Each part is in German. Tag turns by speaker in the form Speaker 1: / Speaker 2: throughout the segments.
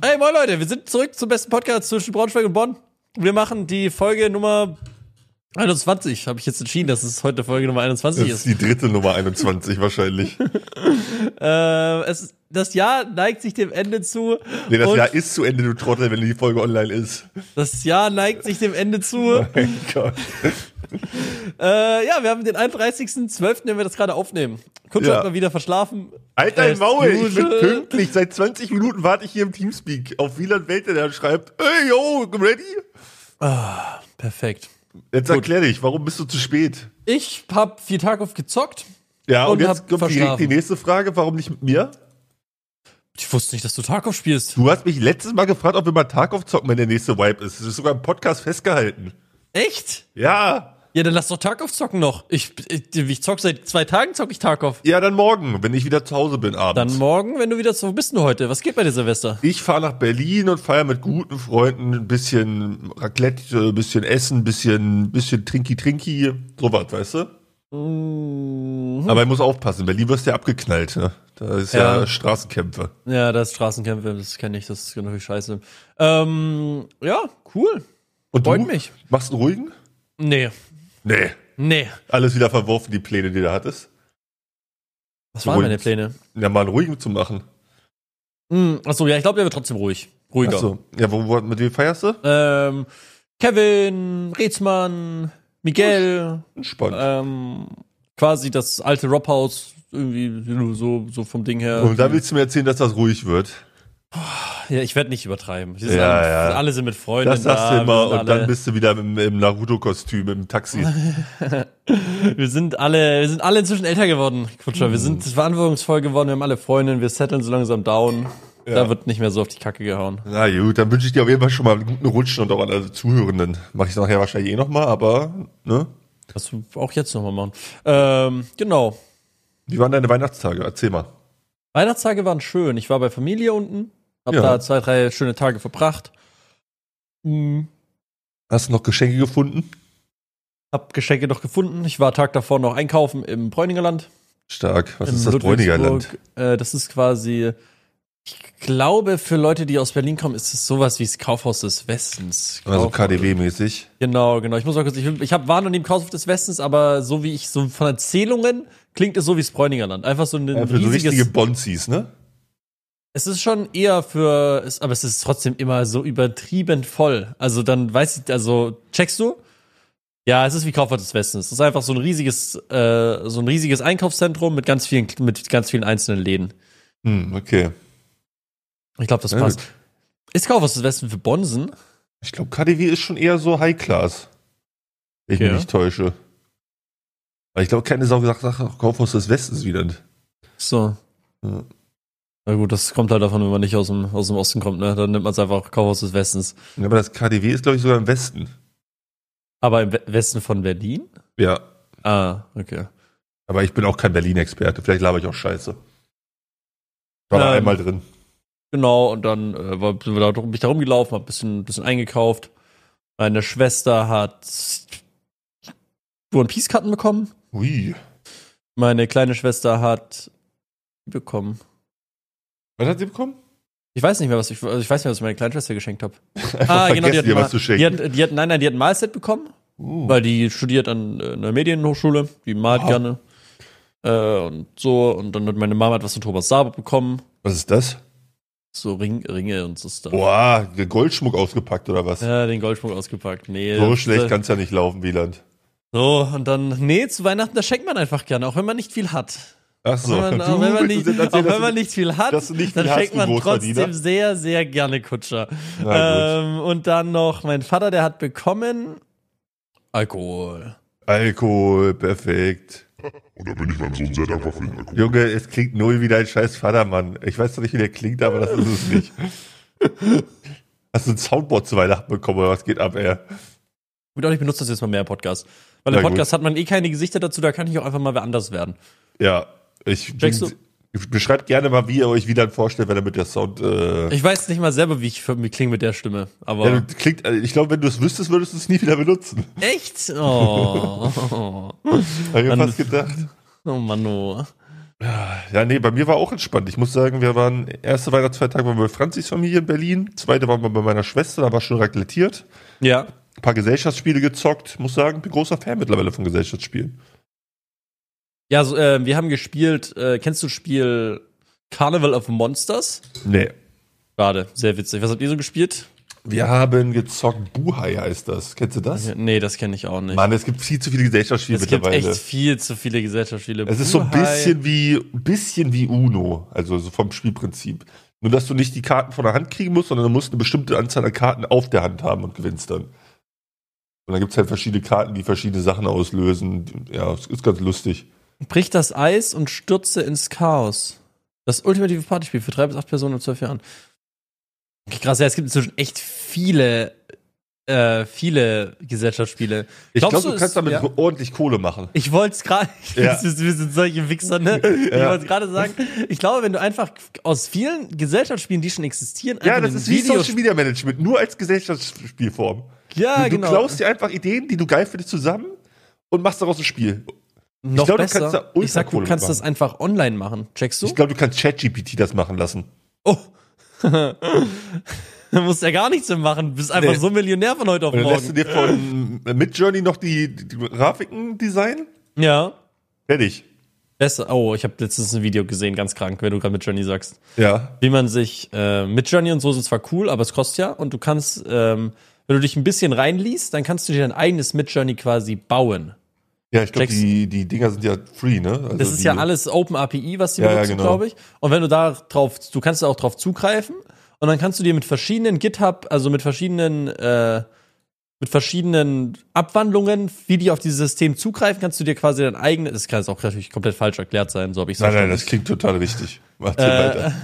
Speaker 1: Hey, moin Leute, wir sind zurück zum besten Podcast zwischen Braunschweig und Bonn. Wir machen die Folge Nummer 21. Habe ich jetzt entschieden, dass es heute Folge Nummer 21
Speaker 2: Das ist
Speaker 1: ist.
Speaker 2: die dritte Nummer 21 wahrscheinlich.
Speaker 1: Äh, es, das Jahr neigt sich dem Ende zu.
Speaker 2: Nee, das
Speaker 1: und
Speaker 2: Jahr ist zu Ende, du Trottel, wenn die Folge online ist.
Speaker 1: das Jahr neigt sich dem Ende zu.
Speaker 2: Mein Gott.
Speaker 1: Äh, ja, wir haben den 31.12., den wir das gerade aufnehmen. Kurz
Speaker 2: Ja.
Speaker 1: hat mal wieder verschlafen.
Speaker 2: Halt dein
Speaker 1: As
Speaker 2: Maul, ich bin
Speaker 1: usual.
Speaker 2: pünktlich. Seit 20 Minuten warte ich hier im Teamspeak auf Wieland Welt, der dann schreibt, ey, yo, ready?
Speaker 1: Perfekt.
Speaker 2: Jetzt erklär dich, warum bist du zu spät?
Speaker 1: Ich hab viel Tarkov gezockt.
Speaker 2: Ja, und,
Speaker 1: Und
Speaker 2: jetzt
Speaker 1: hab
Speaker 2: kommt direkt die
Speaker 1: verschlafen.
Speaker 2: nächste Frage, warum nicht mit mir?
Speaker 1: Ich wusste nicht, dass du Tarkov spielst.
Speaker 2: Du hast mich letztes Mal gefragt, ob wir mal Tarkov zocken, wenn der nächste Wipe ist. Das ist sogar im Podcast festgehalten.
Speaker 1: Echt?
Speaker 2: Ja,
Speaker 1: Ja, dann lass doch Tarkov zocken noch. Ich, ich, ich zock seit zwei Tagen, zock ich Tarkov.
Speaker 2: ja, dann morgen, wenn ich wieder zu Hause bin
Speaker 1: Dann
Speaker 2: abends.
Speaker 1: morgen, wenn du wieder zu. Wo bist denn du heute? Was geht bei dir, Silvester?
Speaker 2: Ich fahre nach Berlin und feiere mit guten Freunden ein bisschen Raclette, äh, ein bisschen Essen, ein bisschen, bisschen Trinki-Trinki, sowas, weißt du? Aber man muss aufpassen, in Berlin wirst du ja abgeknallt, ne? Da ist ja,
Speaker 1: Mhm. Ja.
Speaker 2: Straßenkämpfe.
Speaker 1: Ja, das ist Straßenkämpfe, das kenne ich, das ist natürlich scheiße. Ähm, ja, cool.
Speaker 2: Und
Speaker 1: Freut mich.
Speaker 2: machst einen ruhigen?
Speaker 1: Nee,
Speaker 2: Nee.
Speaker 1: nee.
Speaker 2: Alles wieder verworfen, die Pläne, die du hattest.
Speaker 1: Was waren
Speaker 2: Ruhig.
Speaker 1: meine Pläne?
Speaker 2: Ja, mal einen ruhigen zu machen.
Speaker 1: Hm, achso, ja, ich glaube, der wird trotzdem ruhig. Ruhiger.
Speaker 2: Ach so. Ja, wo, wo, mit wem feierst du?
Speaker 1: Ähm, Kevin, Rezmann, Miguel,
Speaker 2: Entspannt.
Speaker 1: ähm, quasi das alte Rob House, irgendwie so, so vom Ding her.
Speaker 2: und da willst du mir erzählen, dass das ruhig wird.
Speaker 1: ja, ich werde nicht übertreiben. Wir sind
Speaker 2: Ja,
Speaker 1: alle,
Speaker 2: ja.
Speaker 1: alle sind mit Freunden.
Speaker 2: Das sagst
Speaker 1: da,
Speaker 2: du immer
Speaker 1: wir sind
Speaker 2: und dann
Speaker 1: alle-
Speaker 2: bist du wieder im, im Naruto-Kostüm im Taxi.
Speaker 1: Wir sind alle, wir sind alle inzwischen älter geworden, Kutscher. Wir
Speaker 2: Mhm.
Speaker 1: sind verantwortungsvoll geworden, wir haben alle Freundinnen, wir setteln so langsam down. Da wird nicht mehr so auf die Kacke gehauen.
Speaker 2: Na gut, dann wünsche ich dir auf jeden Fall schon mal einen guten Rutschen und auch an alle Zuhörenden. Mache ich nachher wahrscheinlich eh nochmal, aber, ne?
Speaker 1: Das auch jetzt nochmal machen. Ähm, genau.
Speaker 2: Wie waren deine Weihnachtstage? Erzähl mal.
Speaker 1: Weihnachtstage waren schön. Ich war bei Familie unten, hab
Speaker 2: Ja.
Speaker 1: da zwei, drei schöne Tage verbracht. Hm,
Speaker 2: Hast du noch Geschenke gefunden?
Speaker 1: Hab Geschenke noch gefunden. Ich war Tag davor noch einkaufen im Bräuningerland.
Speaker 2: Stark. Was
Speaker 1: in
Speaker 2: ist das
Speaker 1: Ludwigsburg.
Speaker 2: Bräunigerland?
Speaker 1: Äh, das ist quasi, ich glaube, für Leute, die aus Berlin kommen, ist es sowas wie das Kaufhaus des Westens.
Speaker 2: Also
Speaker 1: Kaufhaus-
Speaker 2: KDW-mäßig.
Speaker 1: Genau, genau. Ich muss mal kurz, ich, ich hab, war noch nie im Kaufhof des Westens, aber so wie ich, so von Erzählungen klingt es so wie das Bräuningerland. Einfach so ein
Speaker 2: Ja, für so
Speaker 1: riesiges,
Speaker 2: richtige Bonzis, ne?
Speaker 1: es ist schon eher für, es- aber es ist trotzdem immer so übertrieben voll. Also dann weiß ich, also checkst du? Ja, es ist wie Kaufhof des Westens. Es ist einfach so ein riesiges, äh, so ein riesiges Einkaufszentrum mit ganz vielen, mit ganz vielen einzelnen Läden.
Speaker 2: Hm, okay.
Speaker 1: Ich glaube, das
Speaker 2: Ja,
Speaker 1: passt.
Speaker 2: gut.
Speaker 1: Ist Kaufhaus des Westens für Bonsen?
Speaker 2: Ich glaube, KDW ist schon eher so High-Class. Wenn ich
Speaker 1: Okay.
Speaker 2: mich nicht täusche. Aber ich glaube, keine Sau gesagt, ach, ach, Kaufhaus des Westens wieder.
Speaker 1: So.
Speaker 2: Ja.
Speaker 1: Na gut, das kommt halt davon, wenn man nicht aus dem, aus dem Osten kommt, ne? Dann nimmt man es einfach Kaufhaus des Westens.
Speaker 2: Ja, aber das KDW ist, glaube ich, sogar im Westen.
Speaker 1: Aber im We- Westen von Berlin?
Speaker 2: Ja.
Speaker 1: Ah, okay.
Speaker 2: Aber ich bin auch kein Berlin-Experte. Vielleicht laber ich auch Scheiße. War da
Speaker 1: Ähm,
Speaker 2: einmal drin.
Speaker 1: Genau, und dann äh, war, sind wir da, drum- bin ich da rumgelaufen, hab ein bisschen, bisschen eingekauft. Meine Schwester hat One Piece-Karten bekommen.
Speaker 2: Ui.
Speaker 1: Meine kleine Schwester hat die bekommen.
Speaker 2: Was hat sie bekommen?
Speaker 1: Ich weiß nicht mehr, was ich, also ich weiß nicht, was ich meiner kleinen Schwester geschenkt habe.
Speaker 2: Einfach vergessen,
Speaker 1: ein
Speaker 2: ihr
Speaker 1: Ma-
Speaker 2: was zu
Speaker 1: die
Speaker 2: schenken.
Speaker 1: hat, die hat, nein, nein, die hat ein Malset bekommen.
Speaker 2: Uh.
Speaker 1: Hm. weil die studiert an äh, einer Medienhochschule, die malt
Speaker 2: Wow.
Speaker 1: gerne äh, und so. Und dann hat meine Mama etwas von Thomas Sabe bekommen,
Speaker 2: Was ist das?
Speaker 1: so Ring, Ringe und so
Speaker 2: Oh.
Speaker 1: Stuff.
Speaker 2: Boah, der Goldschmuck ausgepackt oder was?
Speaker 1: Ja, den Goldschmuck ausgepackt. Nee,
Speaker 2: so
Speaker 1: das-
Speaker 2: schlecht
Speaker 1: äh,
Speaker 2: kann's ja nicht laufen, Wieland.
Speaker 1: So, und dann, nee, zu Weihnachten, da schenkt man einfach gerne, auch wenn man nicht viel hat.
Speaker 2: Ach so.
Speaker 1: Auch wenn man,
Speaker 2: Du
Speaker 1: auch wenn man,
Speaker 2: willst
Speaker 1: nicht,
Speaker 2: uns jetzt
Speaker 1: auch
Speaker 2: erzählen, dass
Speaker 1: wenn man
Speaker 2: du-
Speaker 1: nicht viel hat,
Speaker 2: dass du nicht
Speaker 1: dann
Speaker 2: viel hast,
Speaker 1: schenkt man
Speaker 2: du
Speaker 1: trotzdem
Speaker 2: Großverdiener.
Speaker 1: sehr, sehr gerne Kutscher.
Speaker 2: Na
Speaker 1: Ähm,
Speaker 2: gut.
Speaker 1: und dann noch, mein Vater, der hat bekommen Alkohol.
Speaker 2: Alkohol, perfekt.
Speaker 3: Und da bin ich meinem Sohn sehr dankbar für den Alkohol.
Speaker 2: Junge, es klingt null wie dein scheiß Vater, Mann. Ich weiß doch nicht, wie der klingt, aber das ist es nicht. Hast du ein Soundboard zu Weihnachten bekommen oder was geht ab, ey?
Speaker 1: Gut, aber ich benutze das jetzt mal mehr im Podcast. Weil
Speaker 2: Na
Speaker 1: im
Speaker 2: gut.
Speaker 1: Podcast hat man eh keine Gesichter dazu, da kann ich auch einfach mal wer anders werden.
Speaker 2: Ja, ich,
Speaker 1: Checkst du?
Speaker 2: ich beschreibt gerne mal, wie ihr euch Wieland vorstellt, wenn er mit der Sound... Äh,
Speaker 1: Ich weiß nicht mal selber, wie ich für- wie klinge mit der Stimme, aber.
Speaker 2: Ja, du- klingt, also ich glaube, wenn du es wüsstest, würdest du es nie wieder benutzen.
Speaker 1: echt? Oh.
Speaker 2: Hab ich mir
Speaker 1: Dann-
Speaker 2: fast gedacht.
Speaker 1: oh Mann, oh.
Speaker 2: Ja, nee, bei mir war auch entspannt. Ich muss sagen, wir waren, erste Weihnachtsfeiertag waren wir bei Franzis Familie in Berlin, zweite waren wir bei meiner Schwester, da war schon raclettiert.
Speaker 1: Ja.
Speaker 2: Ein paar Gesellschaftsspiele gezockt, muss sagen, bin großer Fan mittlerweile von Gesellschaftsspielen.
Speaker 1: Ja, so, äh, wir haben gespielt, äh, kennst du das Spiel Carnival of Monsters?
Speaker 2: Nee.
Speaker 1: Schade, sehr witzig. Was habt ihr so gespielt?
Speaker 2: Wir haben gezockt, Buhai heißt das. Kennst du das?
Speaker 1: Nee, das kenne ich auch nicht.
Speaker 2: Mann, es gibt viel zu viele Gesellschaftsspiele
Speaker 1: es gibt
Speaker 2: mittlerweile.
Speaker 1: echt viel zu viele Gesellschaftsspiele.
Speaker 2: Es ist so ein
Speaker 1: Buhai.
Speaker 2: bisschen wie, ein bisschen wie Uno, also so vom Spielprinzip. Nur, dass du nicht die Karten von der Hand kriegen musst, sondern du musst eine bestimmte Anzahl an Karten auf der Hand haben und gewinnst dann. Und dann gibt es halt verschiedene Karten, die verschiedene Sachen auslösen. Ja, es ist ganz lustig.
Speaker 1: Brich das Eis und stürze ins Chaos. Das ultimative Partyspiel für drei bis acht Personen ab zwölf Jahren. Okay, krass, ja, es gibt inzwischen echt viele, äh, viele Gesellschaftsspiele.
Speaker 2: Ich
Speaker 1: Glaubst
Speaker 2: glaube, du,
Speaker 1: es-
Speaker 2: kannst damit
Speaker 1: ja?
Speaker 2: ordentlich Kohle machen.
Speaker 1: Ich wollte es gerade.
Speaker 2: Ja.
Speaker 1: Wir sind solche Wichser, ne? Ich
Speaker 2: Ja.
Speaker 1: wollte es gerade sagen. Ich glaube, wenn du einfach aus vielen Gesellschaftsspielen, die schon existieren,
Speaker 2: Ja,
Speaker 1: einfach
Speaker 2: das
Speaker 1: ein
Speaker 2: ist wie
Speaker 1: Video-
Speaker 2: Social Media Management, nur als Gesellschaftsspielform.
Speaker 1: Ja,
Speaker 2: du
Speaker 1: genau.
Speaker 2: du klaust dir einfach Ideen, die du geil findest, zusammen und machst daraus ein Spiel.
Speaker 1: Noch
Speaker 2: glaub, du
Speaker 1: besser.
Speaker 2: kannst da ultra
Speaker 1: ich sag, du
Speaker 2: Kohle
Speaker 1: kannst
Speaker 2: machen.
Speaker 1: das einfach online machen. Checkst du?
Speaker 2: Ich glaube, du kannst ChatGPT das machen lassen.
Speaker 1: oh. du musst ja gar nichts mehr machen. Bist einfach
Speaker 2: Nee.
Speaker 1: so Millionär von heute auf
Speaker 2: Und dann lässt du
Speaker 1: morgen.
Speaker 2: dir von Midjourney noch die, die Grafiken designen?
Speaker 1: Ja.
Speaker 2: Fertig.
Speaker 1: Besser. Oh, ich habe letztens ein Video gesehen, ganz krank, wenn du gerade mit Journey sagst.
Speaker 2: Ja.
Speaker 1: wie man sich äh, mit Journey und so sind zwar cool, aber es kostet ja und du kannst, ähm, wenn du dich ein bisschen reinliest, dann kannst du dir dein eigenes mit Journey quasi bauen.
Speaker 2: Ja, ich glaube,
Speaker 1: Checks.
Speaker 2: die, die Dinger sind ja free, ne? Also
Speaker 1: Das ist
Speaker 2: die,
Speaker 1: ja alles Open API, was die
Speaker 2: Ja, ja,
Speaker 1: benutzen,
Speaker 2: genau.
Speaker 1: glaube ich. Und wenn du da drauf, du kannst da auch drauf zugreifen und dann kannst du dir mit verschiedenen GitHub, also mit verschiedenen äh, mit verschiedenen Abwandlungen, wie die auf dieses System zugreifen, kannst du dir quasi dein eigenes, das kann jetzt auch natürlich komplett falsch erklärt sein, so habe ich es
Speaker 2: Nein, nein, das klingt total richtig. Macht hier weiter.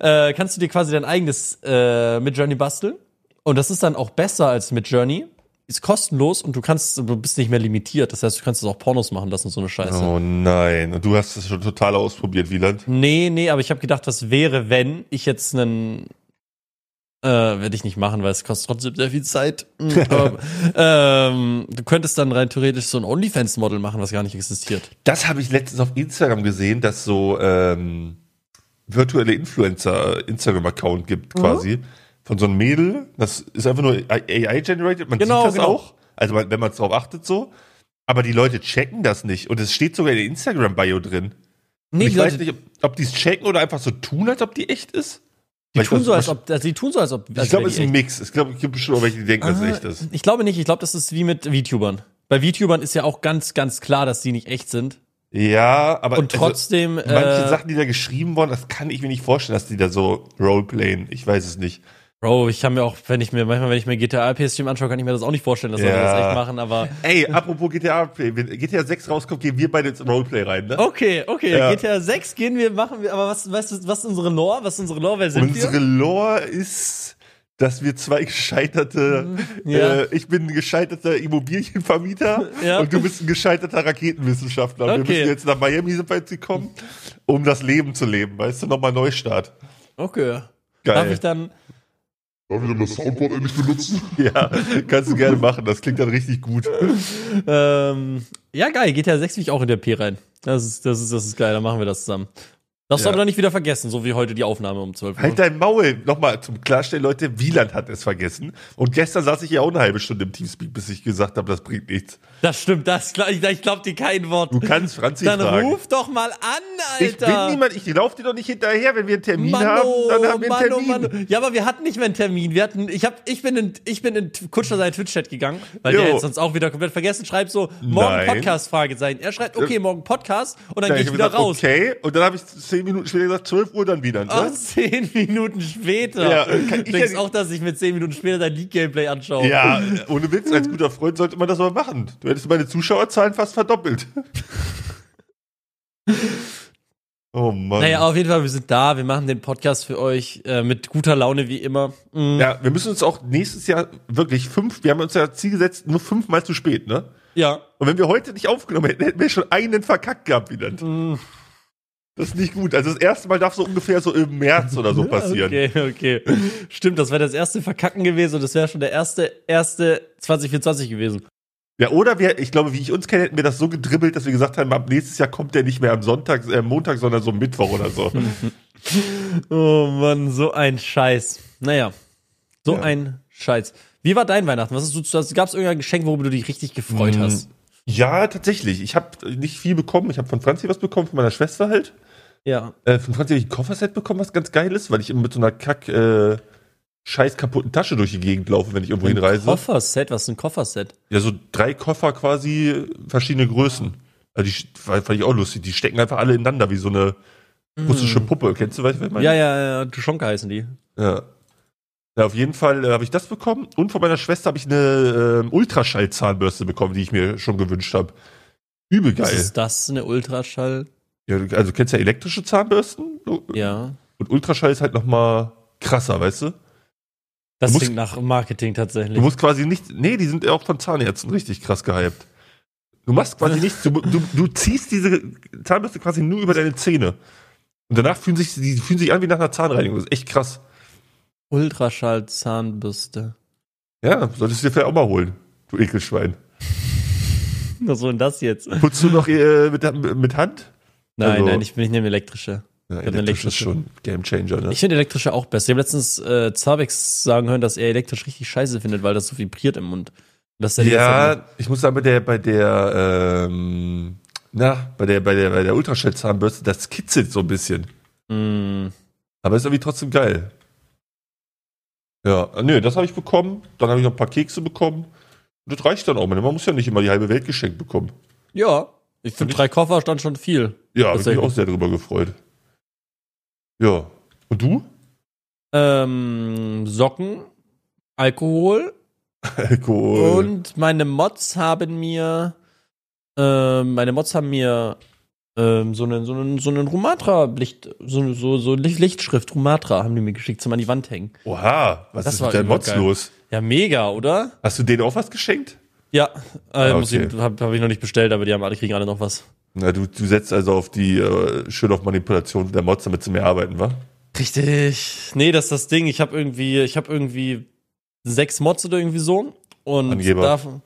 Speaker 1: äh, kannst du dir quasi dein eigenes äh, Midjourney basteln. Und das ist dann auch besser als Midjourney. Ist kostenlos und du kannst, du bist nicht mehr limitiert. Das heißt, du kannst das auch Pornos machen lassen und so eine Scheiße.
Speaker 2: Oh nein. Und du hast das schon total ausprobiert, Wieland.
Speaker 1: Nee, nee, aber ich habe gedacht, was wäre, wenn ich jetzt einen äh, werde ich nicht machen, weil es kostet trotzdem sehr viel Zeit. Mm, Aber, ähm, du könntest dann rein theoretisch so ein OnlyFans-Model machen, was gar nicht existiert.
Speaker 2: Das habe ich letztens auf Instagram gesehen, dass so ähm, virtuelle Influencer äh, Instagram-Account gibt
Speaker 1: Mhm.
Speaker 2: quasi. Von so einem Mädel. Das ist einfach nur AI-generated. Man
Speaker 1: Genau,
Speaker 2: sieht das
Speaker 1: genau.
Speaker 2: auch. Also man, wenn man drauf achtet so. Aber die Leute checken das nicht. Und es steht sogar in der Instagram-Bio drin.
Speaker 1: Nee,
Speaker 2: Und
Speaker 1: die
Speaker 2: ich
Speaker 1: Leute,
Speaker 2: weiß nicht, ob, ob die es checken oder einfach so tun, als ob die echt ist.
Speaker 1: die
Speaker 2: Weil ich
Speaker 1: tun
Speaker 2: weiß-
Speaker 1: so, als ob, also die tun so, als ob.
Speaker 2: Ich
Speaker 1: als
Speaker 2: glaube,
Speaker 1: wär
Speaker 2: es
Speaker 1: die
Speaker 2: ist ein Mix. Ich glaube, es gibt bestimmt auch welche, die denken, dass es
Speaker 1: Ah,
Speaker 2: echt ist.
Speaker 1: Ich glaube nicht. Ich glaube, das ist wie mit VTubern. Bei VTubern ist ja auch ganz, ganz klar, dass die nicht echt sind.
Speaker 2: Ja, aber
Speaker 1: Und trotzdem.
Speaker 2: also, manche
Speaker 1: äh,
Speaker 2: Sachen, die da geschrieben wurden, das kann ich mir nicht vorstellen, dass die da so roleplayen. Ich weiß es nicht.
Speaker 1: äh, Bro, ich kann mir auch, wenn ich mir, manchmal, wenn ich mir GTA PS-Stream anschaue, kann ich mir das auch nicht vorstellen, dass Leute
Speaker 2: Ja.
Speaker 1: das echt machen, aber.
Speaker 2: Ey, apropos GTA Play, wenn GTA 6 rauskommt, gehen wir beide ins Roleplay rein, ne?
Speaker 1: Okay, okay.
Speaker 2: Ja.
Speaker 1: GTA 6 gehen wir, machen wir, aber was, weißt du, was ist unsere Lore? Was ist unsere Lore? Wer sind
Speaker 2: Unsere
Speaker 1: wir?
Speaker 2: Lore ist, dass wir zwei gescheiterte,
Speaker 1: Ja.
Speaker 2: äh, ich bin ein gescheiterter Immobilienvermieter
Speaker 1: Ja.
Speaker 2: und du bist ein gescheiterter Raketenwissenschaftler. Und
Speaker 1: Okay.
Speaker 2: Wir müssen jetzt nach Miami sind wir jetzt gekommen, um das Leben zu leben, weißt du, nochmal Neustart.
Speaker 1: Okay.
Speaker 2: Geil.
Speaker 1: Darf ich dann.
Speaker 3: Darf ich dann das Soundboard endlich benutzen?
Speaker 2: Ja, kannst du gerne machen, das klingt dann richtig gut.
Speaker 1: Ähm, ja, geil, GTA 6 will ich auch in der P rein. Das ist, das ist, das ist geil, dann machen wir das zusammen. Darfst du
Speaker 2: Ja.
Speaker 1: aber nicht wieder vergessen, so wie heute die Aufnahme um 12 Uhr.
Speaker 2: Halt dein Maul. Nochmal zum Klarstellen, Leute, Wieland hat es vergessen. Und gestern saß ich ja auch eine halbe Stunde im Teamspeak, bis ich gesagt habe, das bringt nichts.
Speaker 1: Das stimmt, das, glaub- ich, ich glaube dir kein Wort.
Speaker 2: Du kannst Franzi
Speaker 1: Dann
Speaker 2: fragen.
Speaker 1: ruf doch mal an, Alter.
Speaker 2: ich bin niemand, ich laufe dir doch nicht hinterher. Wenn wir einen Termin
Speaker 1: Mann,
Speaker 2: haben,
Speaker 1: oh,
Speaker 2: dann haben wir einen
Speaker 1: Mann, oh,
Speaker 2: Termin.
Speaker 1: Mann, oh. Ja, aber wir hatten nicht mehr einen Termin. Wir hatten, ich, hab, ich bin in, ich bin in Kutscher seinen Twitch-Chat gegangen, weil
Speaker 2: Jo.
Speaker 1: der jetzt sonst auch wieder komplett vergessen. Schreibt so, morgen
Speaker 2: Nein.
Speaker 1: Podcast, Fragezeichen. Er schreibt, okay, morgen Podcast und dann gehe
Speaker 2: Ja, ich
Speaker 1: ich
Speaker 2: hab
Speaker 1: wieder
Speaker 2: gesagt,
Speaker 1: raus.
Speaker 2: Okay, und dann habe ich zehn Minuten später gesagt, 12 Uhr dann wieder. Ne?
Speaker 1: Oh, zehn Minuten später.
Speaker 2: Ja,
Speaker 1: du
Speaker 2: kann ich ja
Speaker 1: denkst
Speaker 2: nicht-
Speaker 1: auch, dass ich mir zehn Minuten später dein League-Gameplay anschaue.
Speaker 2: Ja, ohne Witz, als guter Freund sollte man das aber machen. Du hättest meine Zuschauerzahlen fast verdoppelt. Oh Mann.
Speaker 1: Naja, auf jeden Fall, wir sind da. Wir machen den Podcast für euch äh, mit guter Laune wie immer. Mhm.
Speaker 2: Ja, wir müssen uns auch nächstes Jahr wirklich fünf, wir haben uns ja Ziel gesetzt, nur fünfmal zu spät, ne?
Speaker 1: ja.
Speaker 2: Und wenn wir heute nicht aufgenommen hätten, hätten wir schon einen verkackt gehabt wieder.
Speaker 1: Mhm.
Speaker 2: Das ist nicht gut. Also das erste Mal darf so ungefähr so im März oder so passieren.
Speaker 1: Okay, okay. Stimmt, das wäre das erste Verkacken gewesen und das wäre schon der erste, erste 2024 gewesen.
Speaker 2: Ja, oder wir, ich glaube, wie ich uns kenne, hätten wir das so gedribbelt, dass wir gesagt haben, ab nächstes Jahr kommt der nicht mehr am Sonntag, äh, Montag, sondern so Mittwoch oder so.
Speaker 1: Mhm. Oh Mann, so ein Scheiß. Naja, so
Speaker 2: Ja.
Speaker 1: ein Scheiß. Wie war dein Weihnachten? Was hast du, gab es irgendein Geschenk, worüber du dich richtig gefreut
Speaker 2: Mm.
Speaker 1: hast?
Speaker 2: ja, tatsächlich. Ich habe nicht viel bekommen. Ich habe von Franzi was bekommen, von meiner Schwester halt.
Speaker 1: Ja.
Speaker 2: Äh, von Franzi habe ich ein Kofferset bekommen, was ganz geil ist, weil ich mit so einer kack, äh, scheiß kaputten Tasche durch die Gegend laufe, wenn ich irgendwo hinreise.
Speaker 1: Also Kofferset, was ist ein Kofferset?
Speaker 2: Ja, so drei Koffer quasi, verschiedene Größen. Also die sch- fand fand ich auch lustig. Die stecken einfach alle ineinander, wie so eine Mm. russische Puppe. Kennst du, weißt du, was ich meine?
Speaker 1: Hm. Ja, ja, ja, Duschonka heißen die.
Speaker 2: Ja. Ja, auf jeden Fall äh, habe ich das bekommen und von meiner Schwester habe ich eine ähm, Ultraschallzahnbürste bekommen, die ich mir schon gewünscht habe. Übel
Speaker 1: Was
Speaker 2: geil.
Speaker 1: ist das? Eine Ultraschall?
Speaker 2: Ja, du- also kennst ja elektrische Zahnbürsten
Speaker 1: Ja.
Speaker 2: und Ultraschall ist halt nochmal krasser, weißt du?
Speaker 1: Das
Speaker 2: Du musst-
Speaker 1: klingt nach Marketing tatsächlich.
Speaker 2: Du musst quasi nicht, nee, die sind auch von Zahnärzten richtig krass gehypt. Du machst quasi nichts, du, du, du ziehst diese Zahnbürste quasi nur über deine Zähne. Und danach fühlen sich, die fühlen sich an wie nach einer Zahnreinigung. Das ist echt krass.
Speaker 1: Ultraschall-Zahnbürste.
Speaker 2: Ja, solltest du dir vielleicht auch mal holen, du Ekelschwein.
Speaker 1: Was soll denn das jetzt? Nein,
Speaker 2: Putzt du noch äh, mit, mit Hand? Also-
Speaker 1: nein, ich bin nicht eine elektrische.
Speaker 2: Ja,
Speaker 1: Ich hab eine
Speaker 2: elektrisch ist
Speaker 1: elektrische.
Speaker 2: schon Gamechanger, ne?
Speaker 1: Ich finde elektrische auch besser. Ich habe letztens äh, Zabex sagen hören, dass er elektrisch richtig scheiße findet, weil das so vibriert im Mund. Das ist
Speaker 2: ja, ich muss sagen, bei der, bei der, ähm, na, bei der, bei der, bei der Ultraschallzahnbürste, das kitzelt so ein bisschen.
Speaker 1: Mm,
Speaker 2: Aber ist irgendwie trotzdem geil. Ja, äh, nö, das habe ich bekommen. Dann habe ich noch ein paar Kekse bekommen. Und das reicht dann auch. Man muss ja nicht immer die halbe Welt geschenkt bekommen.
Speaker 1: ja. Ich
Speaker 2: Und
Speaker 1: finde,
Speaker 2: ich-
Speaker 1: drei Koffer stand schon viel.
Speaker 2: Ja, habe ich mich
Speaker 1: Tatsächlich.
Speaker 2: auch sehr darüber gefreut. Ja. Und du?
Speaker 1: Ähm, Socken, Alkohol
Speaker 2: Alkohol.
Speaker 1: und meine Mods haben mir, ähm, meine Mods haben mir ähm, so einen so einen so einen Rumatra Licht so so so Licht- Lichtschrift Rumatra haben die mir geschickt zum an die Wand hängen.
Speaker 2: Oha, was
Speaker 1: Das
Speaker 2: ist
Speaker 1: war
Speaker 2: mit deinen
Speaker 1: immer
Speaker 2: Mods
Speaker 1: geil.
Speaker 2: los?
Speaker 1: Ja, mega, oder?
Speaker 2: Hast du denen auch was geschenkt?
Speaker 1: Ja, äh,
Speaker 2: Ah,
Speaker 1: muss
Speaker 2: okay.
Speaker 1: ich, habe hab ich noch nicht bestellt, aber die haben alle kriegen alle noch was.
Speaker 2: Na, du, du setzt also auf die äh, schön auf Manipulation der Mods, damit sie mehr arbeiten, wa?
Speaker 1: Richtig. Nee, das ist das Ding. Ich habe irgendwie, ich habe irgendwie sechs Mods oder irgendwie so. Und
Speaker 2: Angeber.
Speaker 1: davon.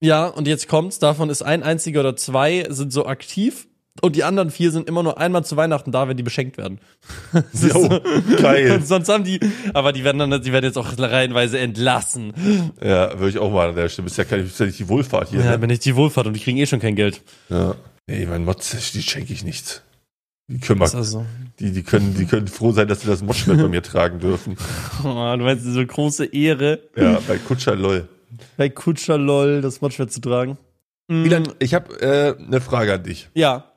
Speaker 1: Ja, und jetzt kommt's, davon ist ein einziger oder zwei sind so aktiv und die anderen vier sind immer nur einmal zu Weihnachten da, wenn die beschenkt werden. Das ist
Speaker 2: Jo, geil.
Speaker 1: Und sonst haben die, aber die werden dann, die werden jetzt auch reihenweise entlassen.
Speaker 2: Ja, würde ich auch mal an der Stelle. Ist ja, keine, ist ja nicht die Wohlfahrt hier.
Speaker 1: Ja,
Speaker 2: ne?
Speaker 1: wenn ich die Wohlfahrt und die kriegen eh schon kein Geld.
Speaker 2: ja. Nee, mein Mods, die schenke ich nichts. Die können, mal,
Speaker 1: Ist das so?
Speaker 2: die, die, können, die können froh sein, dass sie das Modschwert bei mir tragen dürfen.
Speaker 1: Oh, du meinst diese große Ehre,
Speaker 2: Ja, bei Kutscher LOL.
Speaker 1: bei Kutscher LOL das Modschwert zu tragen. Mm,
Speaker 2: Milan, ich habe äh, eine Frage an dich.
Speaker 1: ja.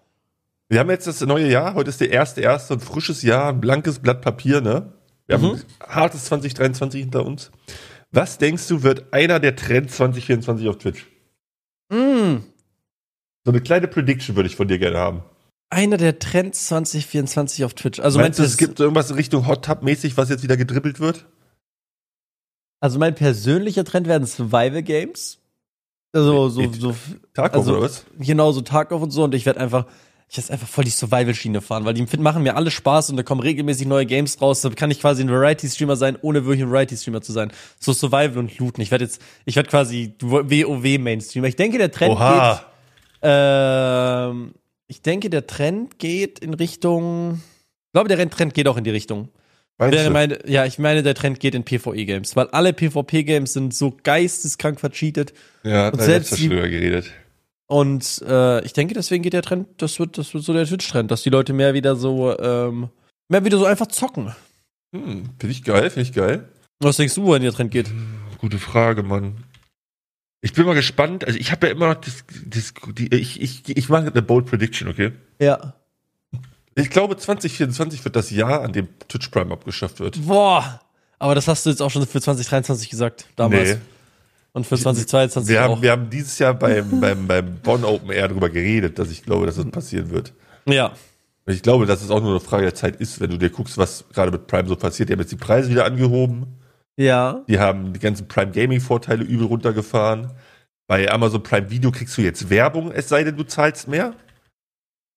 Speaker 2: Wir haben jetzt das neue Jahr. Heute ist der erste, erste ein frisches Jahr, ein blankes Blatt Papier, ne? Wir haben
Speaker 1: Mhm.
Speaker 2: ein hartes 2023 hinter uns. Was denkst du, wird einer der Trends 2024 auf Twitch?
Speaker 1: Mm.
Speaker 2: So eine kleine Prediction würde ich von dir gerne haben.
Speaker 1: einer der Trends 2024 auf Twitch. Also mein,
Speaker 2: Meinst du, es
Speaker 1: Pers-
Speaker 2: gibt irgendwas in Richtung Hot Tub mäßig, was jetzt wieder gedribbelt wird?
Speaker 1: also mein persönlicher Trend werden Survival Games. Also so, so
Speaker 2: Tarkov
Speaker 1: Also-
Speaker 2: oder was?
Speaker 1: genau so Tarkov und so und ich werde einfach ich werde einfach voll die Survival Schiene fahren, weil die machen mir alle Spaß und da kommen regelmäßig neue Games raus, da kann ich quasi ein Variety Streamer sein, ohne wirklich ein Variety Streamer zu sein. So Survival und Looten. Ich werde jetzt ich werde quasi WoW Mainstreamer. Ich denke, der Trend geht
Speaker 2: Oha.
Speaker 1: Ähm, ich denke, der Trend geht in Richtung. Ich glaube, der Trend geht auch in die Richtung.
Speaker 2: Meinst
Speaker 1: Wäre
Speaker 2: du?
Speaker 1: meine, ja, ich meine, der Trend geht in PvE-Games, weil alle PvP-Games sind so geisteskrank vercheatet.
Speaker 2: Ja,
Speaker 1: Und
Speaker 2: da
Speaker 1: selbst
Speaker 2: selbst
Speaker 1: die-
Speaker 2: schon drüber geredet.
Speaker 1: Und äh, ich denke, deswegen geht der Trend, das wird, das wird so der Twitch-Trend, dass die Leute mehr wieder so, ähm, mehr wieder so einfach zocken.
Speaker 2: Hm, finde ich geil, finde ich geil.
Speaker 1: Was denkst du, wenn der Trend geht?
Speaker 2: Gute Frage, Mann. Ich bin mal gespannt. Also ich habe ja immer noch das, das die, ich, ich, ich mache eine bold Prediction, okay?
Speaker 1: Ja.
Speaker 2: Ich glaube, 2024 wird das Jahr, an dem Twitch Prime abgeschafft wird.
Speaker 1: Boah! Aber das hast du jetzt auch schon für 2023 gesagt, damals.
Speaker 2: Nee.
Speaker 1: Und für 2022
Speaker 2: Wir
Speaker 1: auch.
Speaker 2: haben, wir haben dieses Jahr beim, beim, beim Bonn Open Air darüber geredet, dass ich glaube, dass das passieren wird.
Speaker 1: ja.
Speaker 2: Ich glaube, dass es auch nur eine Frage der Zeit ist, wenn du dir guckst, was gerade mit Prime so passiert. Die haben jetzt die Preise wieder angehoben.
Speaker 1: Ja.
Speaker 2: Die haben die ganzen Prime Gaming Vorteile übel runtergefahren. Bei Amazon Prime Video kriegst du jetzt Werbung, es sei denn, du zahlst mehr.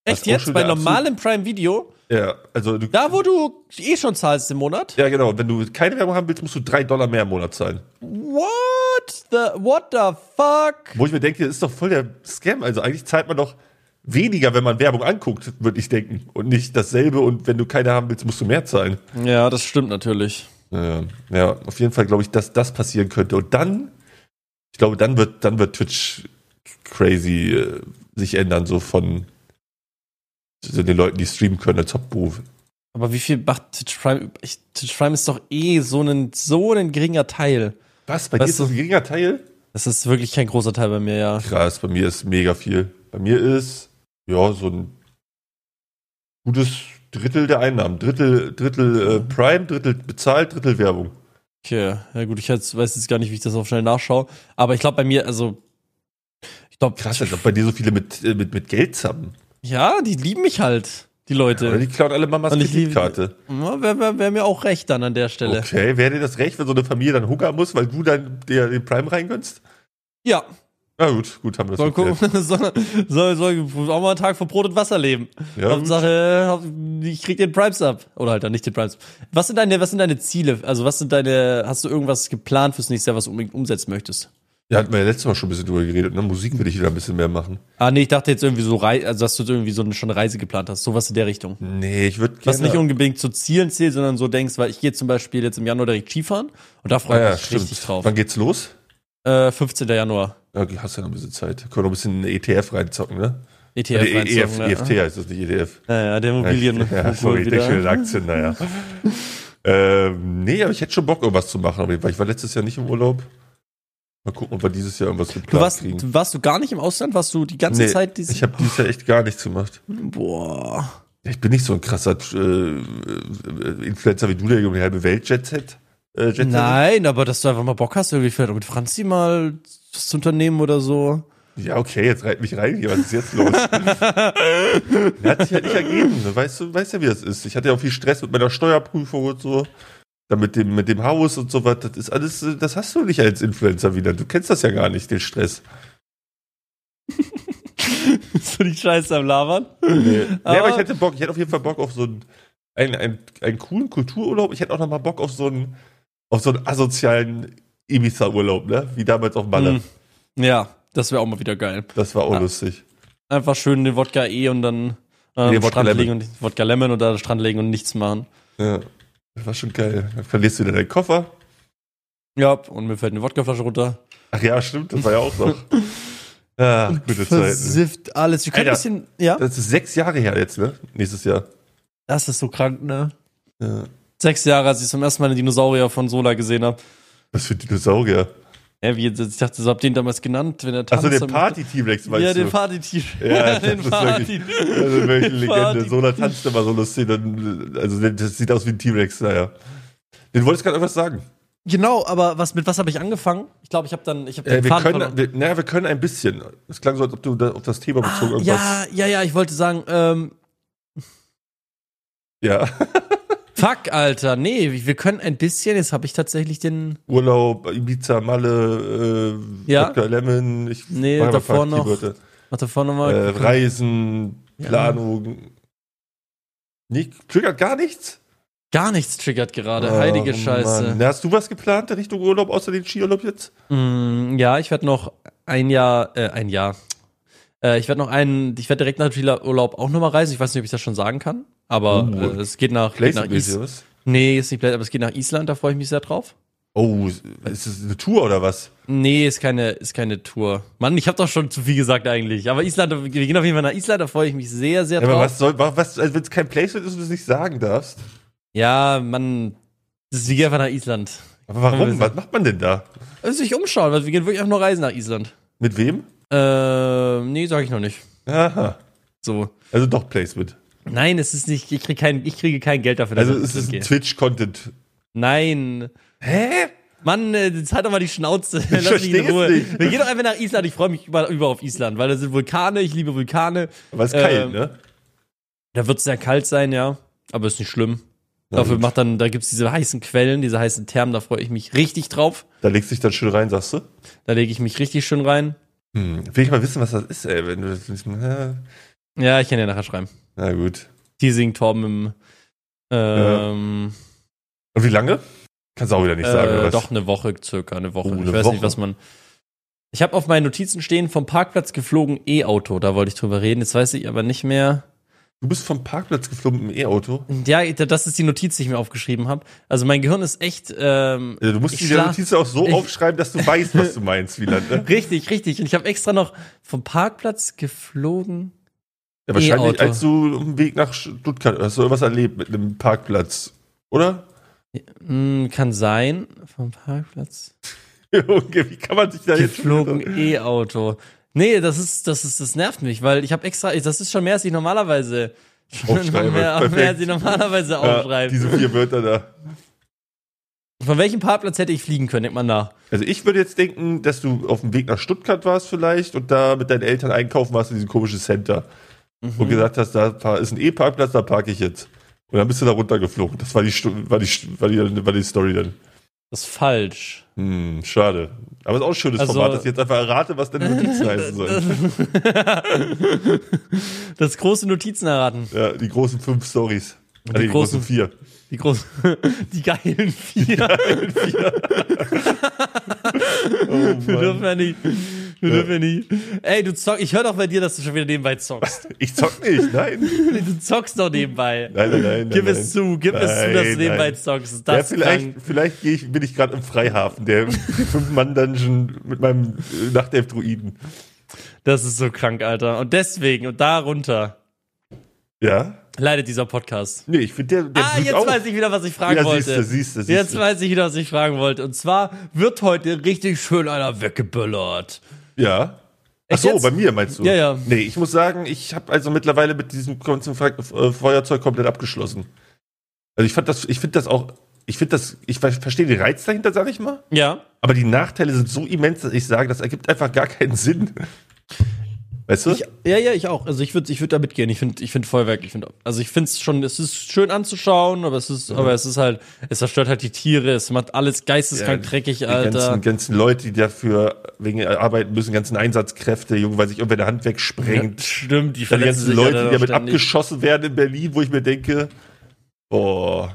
Speaker 1: Echt
Speaker 2: Was auch
Speaker 1: jetzt?
Speaker 2: schon
Speaker 1: Bei
Speaker 2: der absolut-
Speaker 1: normalem Prime Video?
Speaker 2: Ja, also du,
Speaker 1: Da, wo du eh schon zahlst im Monat?
Speaker 2: ja genau. Wenn du keine Werbung haben willst, musst du drei Dollar mehr im Monat zahlen.
Speaker 1: What? the, what the fuck?
Speaker 2: Wo ich mir denke, das ist doch voll der Scam. Also eigentlich zahlt man doch weniger, wenn man Werbung anguckt, würde ich denken. Und nicht dasselbe. Und wenn du keine haben willst, musst du mehr zahlen.
Speaker 1: Ja, das stimmt natürlich.
Speaker 2: Ja, ja auf jeden Fall glaube ich, dass das passieren könnte. Und dann, ich glaube, dann wird, dann wird Twitch crazy äh, sich ändern, so von so den Leuten, die streamen können als Hauptberuf.
Speaker 1: Aber wie viel macht Twitch Prime? Ich, Twitch Prime ist doch eh so ein, so ein geringer Teil.
Speaker 2: Was? Bei
Speaker 1: Was
Speaker 2: dir ist das ein geringer Teil?
Speaker 1: Das ist wirklich kein großer Teil bei mir, ja.
Speaker 2: Krass, bei mir ist mega viel. Bei mir ist, ja, so ein gutes Drittel der Einnahmen. Drittel, Drittel äh, Prime, Drittel bezahlt, Drittel Werbung.
Speaker 1: Okay, ja gut, ich jetzt, weiß jetzt gar nicht, wie ich das auch schnell nachschaue. Aber ich glaube bei mir, also, ich glaube,
Speaker 2: Krass, also als ob bei dir so viele mit, äh, mit, mit Geld zappen.
Speaker 1: ja, die lieben mich halt, die
Speaker 2: Oder
Speaker 1: Leute.
Speaker 2: die klauen alle Mamas
Speaker 1: Und ich liebe-
Speaker 2: Kreditkarte.
Speaker 1: Ja, Wäre wär, wär mir auch recht dann an der Stelle.
Speaker 2: Okay, wäre dir das recht, wenn so eine Familie dann hungern muss, weil du dann dir den Prime reingönnst?
Speaker 1: Ja,
Speaker 2: Na gut, gut, haben wir das
Speaker 1: soll gucken,
Speaker 2: geklärt.
Speaker 1: soll, soll, soll auch mal einen Tag von Brot und Wasser leben.
Speaker 2: Ja, gut.
Speaker 1: Hauptsache, hau- ich krieg den Primes ab. Oder halt dann nicht den Primes. Was sind deine, was sind deine Ziele? Also was sind deine, hast du irgendwas geplant fürs nächste Jahr, was du unbedingt umsetzen möchtest?
Speaker 2: Ja, hatten wir ja letztes Mal schon ein bisschen drüber geredet. Ne? Musik will ich wieder ein bisschen mehr machen.
Speaker 1: Ah, nee, ich dachte jetzt irgendwie so, Rei also dass du irgendwie so eine, schon eine Reise geplant hast, sowas in der Richtung.
Speaker 2: Nee, ich würde
Speaker 1: Was nicht unbedingt zu Zielen zählt, sondern so denkst, weil ich gehe zum Beispiel jetzt im Januar direkt Skifahren und da
Speaker 2: ah,
Speaker 1: freue ich
Speaker 2: ja,
Speaker 1: mich
Speaker 2: stimmt.
Speaker 1: richtig drauf.
Speaker 2: Wann geht's los?
Speaker 1: Äh, 15. Januar.
Speaker 2: Okay, hast ja noch ein bisschen Zeit. Können wir noch ein bisschen in den ETF reinzocken, ne?
Speaker 1: ETF.
Speaker 2: ETF,
Speaker 1: E reinzocken,
Speaker 2: EF,
Speaker 1: ja.
Speaker 2: EFT E heißt das nicht
Speaker 1: ne?
Speaker 2: ETF.
Speaker 1: Ah, Ja, ja, der Immobilien. ne?
Speaker 2: Ja, sorry, ich denke schon in den Aktien, naja. ähm, nee, aber ich hätte schon Bock, irgendwas zu machen, aber ich war- ich war letztes Jahr nicht im Urlaub. Mal gucken, ob wir dieses Jahr irgendwas geplant
Speaker 1: Du warst,
Speaker 2: kriegen.
Speaker 1: du- warst du gar nicht im Ausland? Warst du die ganze
Speaker 2: Nee,
Speaker 1: Zeit diese-
Speaker 2: ich habe dieses Jahr echt gar nichts gemacht.
Speaker 1: Boah.
Speaker 2: Ich bin nicht so ein krasser äh, äh, Influencer wie du, der um die halbe Welt Jetset. Äh, Jetset.
Speaker 1: Nein, aber dass du einfach mal Bock hast, irgendwie vielleicht auch mit Franzi mal was zu unternehmen oder so.
Speaker 2: Ja, okay, jetzt reit mich rein hier. Was ist jetzt los? Hat sich halt nicht ergeben. ne? Weißt du, weißt ja, wie das ist. Ich hatte ja auch viel Stress mit meiner Steuerprüfung und so. Dann mit dem, mit dem Haus und so was. Das ist alles, äh, das hast du nicht als Influencer wieder. Du kennst das ja gar nicht, den Stress.
Speaker 1: so die Scheiße am Labern.
Speaker 2: Nee, aber,
Speaker 1: Aber-
Speaker 2: ich hätte Bock, ich hätte auf jeden Fall Bock auf so einen, einen, einen, einen coolen Kultururlaub. Ich hätte auch noch mal Bock auf so einen, auf so einen asozialen Ibiza-Urlaub, ne? Wie damals auf Malle.
Speaker 1: Mhm. Ja, das wäre auch mal wieder geil.
Speaker 2: Das war auch
Speaker 1: Ja.
Speaker 2: lustig.
Speaker 1: Einfach schön den Wodka E und dann äh, am
Speaker 2: Nee, Wodka
Speaker 1: Strand
Speaker 2: Lemon.
Speaker 1: legen und Wodka Lemon oder am Strand legen und nichts machen.
Speaker 2: Ja. Das war schon geil. Dann verlierst du wieder deinen Koffer.
Speaker 1: Ja, und mir fällt eine Wodkaflasche runter.
Speaker 2: Ach ja, stimmt, das war ja auch noch. Ah, gute Zeiten.
Speaker 1: Versifft alles. Wir können
Speaker 2: Alter.
Speaker 1: ein bisschen, ja?
Speaker 2: Das ist sechs Jahre her jetzt, ne? Nächstes Jahr.
Speaker 1: Das ist so krank, ne?
Speaker 2: Ja.
Speaker 1: Sechs Jahre, als ich zum ersten Mal einen Dinosaurier von Sola gesehen habe.
Speaker 2: Was für Dinosaurier.
Speaker 1: Ja, wie, ich dachte, so habt ihr ihn damals genannt, wenn er
Speaker 2: Achso, den
Speaker 1: dann-
Speaker 2: Party-T-Rex meinst
Speaker 1: Ja,
Speaker 2: du?
Speaker 1: den Party-Tief.
Speaker 2: Ja, das
Speaker 1: den
Speaker 2: ist wirklich- Also welche Legende.
Speaker 1: Party.
Speaker 2: Sola tanzt immer so lustig. Dann, also das sieht aus wie ein T-Rex, naja. Den wolltest gerade irgendwas sagen.
Speaker 1: Genau, aber was, mit was habe ich angefangen? Ich glaube, ich habe dann, ich habe den
Speaker 2: Äh, wir,
Speaker 1: Faden
Speaker 2: können,
Speaker 1: verloren.
Speaker 2: wir, naja, wir können ein bisschen. Es klang so, als ob du da auf das Thema
Speaker 1: Ah,
Speaker 2: bezogen irgendwas.
Speaker 1: ja, ja, ja, ich wollte sagen, ähm,
Speaker 2: Ja.
Speaker 1: fuck, Alter, nee, wir- wir können ein bisschen, jetzt habe ich tatsächlich den,
Speaker 2: Urlaub, Ibiza, Malle, äh,
Speaker 1: Ja.
Speaker 2: Wodka Lemon. Ich
Speaker 1: Nee,
Speaker 2: mach einfach
Speaker 1: davor
Speaker 2: die
Speaker 1: noch.
Speaker 2: Wörter.
Speaker 1: mach davor nochmal.
Speaker 2: Äh, Reisen,
Speaker 1: Ja.
Speaker 2: Planung. Nicht, triggert gar nichts?
Speaker 1: Gar nichts triggert gerade, heilige
Speaker 2: Oh,
Speaker 1: Scheiße.
Speaker 2: Mann. Na, Hast du was geplant in Richtung Urlaub, außer den Skiurlaub jetzt?
Speaker 1: Mm, ja, ich werde noch ein Jahr, äh, ein Jahr. Äh, ich werde noch einen, ich werde direkt nach dem Urlaub auch nochmal reisen. Ich weiß nicht, ob ich das schon sagen kann, aber
Speaker 2: Oh.
Speaker 1: äh, es geht nach, geht nach
Speaker 2: Place
Speaker 1: Island.
Speaker 2: was?
Speaker 1: Nee, ist nicht Blade, aber es geht nach Island, da freue ich mich sehr drauf.
Speaker 2: Oh, ist das eine Tour oder was?
Speaker 1: Nee, ist keine, ist keine Tour. Mann, ich habe doch schon zu viel gesagt eigentlich. Aber Island, wir gehen auf jeden Fall nach Island, da freue ich mich sehr, sehr
Speaker 2: Ja, aber
Speaker 1: drauf.
Speaker 2: was soll, wa- was, also wenn es kein Placement ist und du es nicht sagen darfst.
Speaker 1: Ja, Mann, das ist, wir gehen einfach nach Island.
Speaker 2: Aber
Speaker 1: Ja, wir
Speaker 2: warum?
Speaker 1: sind-
Speaker 2: Was macht man denn da?
Speaker 1: Also sich umschauen, weil wir gehen wirklich einfach nur reisen nach Island.
Speaker 2: Mit wem?
Speaker 1: Äh, nee, sage ich noch nicht.
Speaker 2: Aha.
Speaker 1: So.
Speaker 2: Also doch Placement.
Speaker 1: Nein, es ist nicht, ich kriege kein, ich kriege kein Geld dafür,
Speaker 2: Also
Speaker 1: ich
Speaker 2: es
Speaker 1: ins
Speaker 2: ist
Speaker 1: Island
Speaker 2: ein
Speaker 1: gehe.
Speaker 2: Twitch-Content.
Speaker 1: Nein.
Speaker 2: Hä?
Speaker 1: Mann, äh, jetzt halt doch mal die Schnauze. Lass mich in
Speaker 2: versteh's
Speaker 1: Ruhe.
Speaker 2: nicht.
Speaker 1: Wir gehen doch einfach nach Island. Ich freue mich über, über auf Island, weil da sind Vulkane. Ich liebe Vulkane.
Speaker 2: Aber ist geil,
Speaker 1: Ähm,
Speaker 2: ne?
Speaker 1: Da wird es sehr kalt sein, ja. Aber ist nicht schlimm.
Speaker 2: Na
Speaker 1: Dafür
Speaker 2: gut.
Speaker 1: macht dann, da gibt's diese heißen Quellen, diese heißen Thermen, da freue ich mich richtig drauf.
Speaker 2: Da legst du dich dann schön rein, sagst du?
Speaker 1: Da lege ich mich richtig schön rein.
Speaker 2: Hm, will ich mal wissen, was das ist, ey. Wenn du das nicht, na,
Speaker 1: Ja, ich kann ja nachher schreiben.
Speaker 2: na gut.
Speaker 1: Teasing Torben im ähm,
Speaker 2: Und wie lange? Kannst du auch wieder nicht sagen, oder
Speaker 1: Äh,
Speaker 2: was?
Speaker 1: doch eine Woche circa, eine Woche.
Speaker 2: Oh, eine
Speaker 1: ich weiß nicht,
Speaker 2: Woche.
Speaker 1: was man. Ich habe auf meinen Notizen stehen, vom Parkplatz geflogen E-Auto, da wollte ich drüber reden. Jetzt weiß ich aber nicht mehr.
Speaker 2: Du bist vom Parkplatz geflogen mit dem E-Auto.
Speaker 1: Ja, das ist die Notiz, die ich mir aufgeschrieben habe. Also mein Gehirn ist echt. Ähm,
Speaker 2: Also, du musst
Speaker 1: Ich
Speaker 2: die
Speaker 1: schla-
Speaker 2: Notiz auch so
Speaker 1: ich-
Speaker 2: aufschreiben, dass du weißt, was du meinst, Wieland. Ne?
Speaker 1: Richtig, richtig. Und ich habe extra noch vom Parkplatz geflogen.
Speaker 2: Ja, wahrscheinlich,
Speaker 1: E-Auto.
Speaker 2: als du auf dem Weg nach Stuttgart hast du irgendwas erlebt mit einem Parkplatz, oder?
Speaker 1: Hm, kann sein. Vom Parkplatz
Speaker 2: Junge, Wie kann man sich da jetzt
Speaker 1: geflogen E-Auto. Nee, das ist, das ist, das nervt mich, weil ich habe extra, das ist schon mehr, als ich normalerweise schon
Speaker 2: Aufschreibe,
Speaker 1: mehr, mehr, als
Speaker 2: perfekt.
Speaker 1: ich normalerweise
Speaker 2: ja,
Speaker 1: aufschreibe.
Speaker 2: diese vier Wörter da?
Speaker 1: Von welchem Parkplatz hätte ich fliegen können? Denkt man nach.
Speaker 2: Also ich würde jetzt denken, dass du auf dem Weg nach Stuttgart warst vielleicht und da mit deinen Eltern einkaufen warst in diesem komischen Center
Speaker 1: Mhm.
Speaker 2: und gesagt hast, da par- ist ein E-Parkplatz, da parke ich jetzt. Und dann bist du da runtergeflogen. Das war die, Stu- war die, Stu- war die, war die Story dann.
Speaker 1: Das ist falsch.
Speaker 2: Hm, schade. Aber es ist auch ein schönes
Speaker 1: Also-
Speaker 2: Format, dass ich jetzt einfach errate, was deine Notizen heißen sollen.
Speaker 1: das große Notizen erraten.
Speaker 2: Ja, die großen fünf Stories. Also Die, die
Speaker 1: großen-
Speaker 2: großen vier.
Speaker 1: Die großen, die geilen vier. wir dürfen ja nicht. Wir dürfen ja nicht. Ey, du zockst. Ich höre doch bei dir, dass du schon wieder nebenbei zockst.
Speaker 2: Ich zock nicht, nein.
Speaker 1: Du zockst doch nebenbei.
Speaker 2: Nein, nein, nein.
Speaker 1: gib
Speaker 2: nein,
Speaker 1: es zu, gib es zu, dass du
Speaker 2: Nein,
Speaker 1: nebenbei
Speaker 2: nein.
Speaker 1: zockst.
Speaker 2: Ja,
Speaker 1: Das klang-
Speaker 2: vielleicht vielleicht gehe ich, bin ich gerade im Freihafen, der Fünf-Mann-Dungeon mit meinem äh, Nachtelf-Druiden.
Speaker 1: das ist so krank, Alter. Und deswegen und darunter
Speaker 2: Ja?
Speaker 1: leidet dieser Podcast.
Speaker 2: Nee, ich finde der, der
Speaker 1: Ah, jetzt weiß ich wieder, was ich fragen
Speaker 2: Ja,
Speaker 1: wollte.
Speaker 2: siehste, siehste, siehste.
Speaker 1: Jetzt weiß ich wieder, was ich fragen wollte. Und zwar wird heute richtig schön einer weggeböllert.
Speaker 2: Ja. Ach
Speaker 1: Echt
Speaker 2: so,
Speaker 1: jetzt?
Speaker 2: bei mir meinst du?
Speaker 1: Ja, ja.
Speaker 2: Nee, ich muss sagen, ich habe also mittlerweile mit diesem ganzen Fra- äh, Feuerzeug komplett abgeschlossen. Also ich fand das, ich finde das auch, ich finde das, ich ver- verstehe den Reiz dahinter, sag ich mal.
Speaker 1: Ja.
Speaker 2: Aber die Nachteile sind so immens, dass ich sage, das ergibt einfach gar keinen Sinn. Weißt du?
Speaker 1: Ich, ja, ja, ich auch. Also ich würde ich würd da mitgehen. Ich finde ich find Feuerwerk, ich finde, also ich finde es schon, es ist schön anzuschauen, aber es
Speaker 2: Mhm.
Speaker 1: ist, aber es ist halt, es zerstört halt die Tiere, es macht alles geisteskrank dreckig,
Speaker 2: Die
Speaker 1: Alter.
Speaker 2: ganzen, ganzen Leute, die dafür wegen arbeiten müssen, ganzen Einsatzkräfte, Junge, weil sich irgendwer eine Hand wegsprengt.
Speaker 1: Stimmt, die
Speaker 2: Dann die
Speaker 1: verletzen
Speaker 2: ganzen
Speaker 1: sich
Speaker 2: Leute,
Speaker 1: Alter,
Speaker 2: die damit
Speaker 1: ständig.
Speaker 2: abgeschossen werden in Berlin, wo ich mir denke, oh,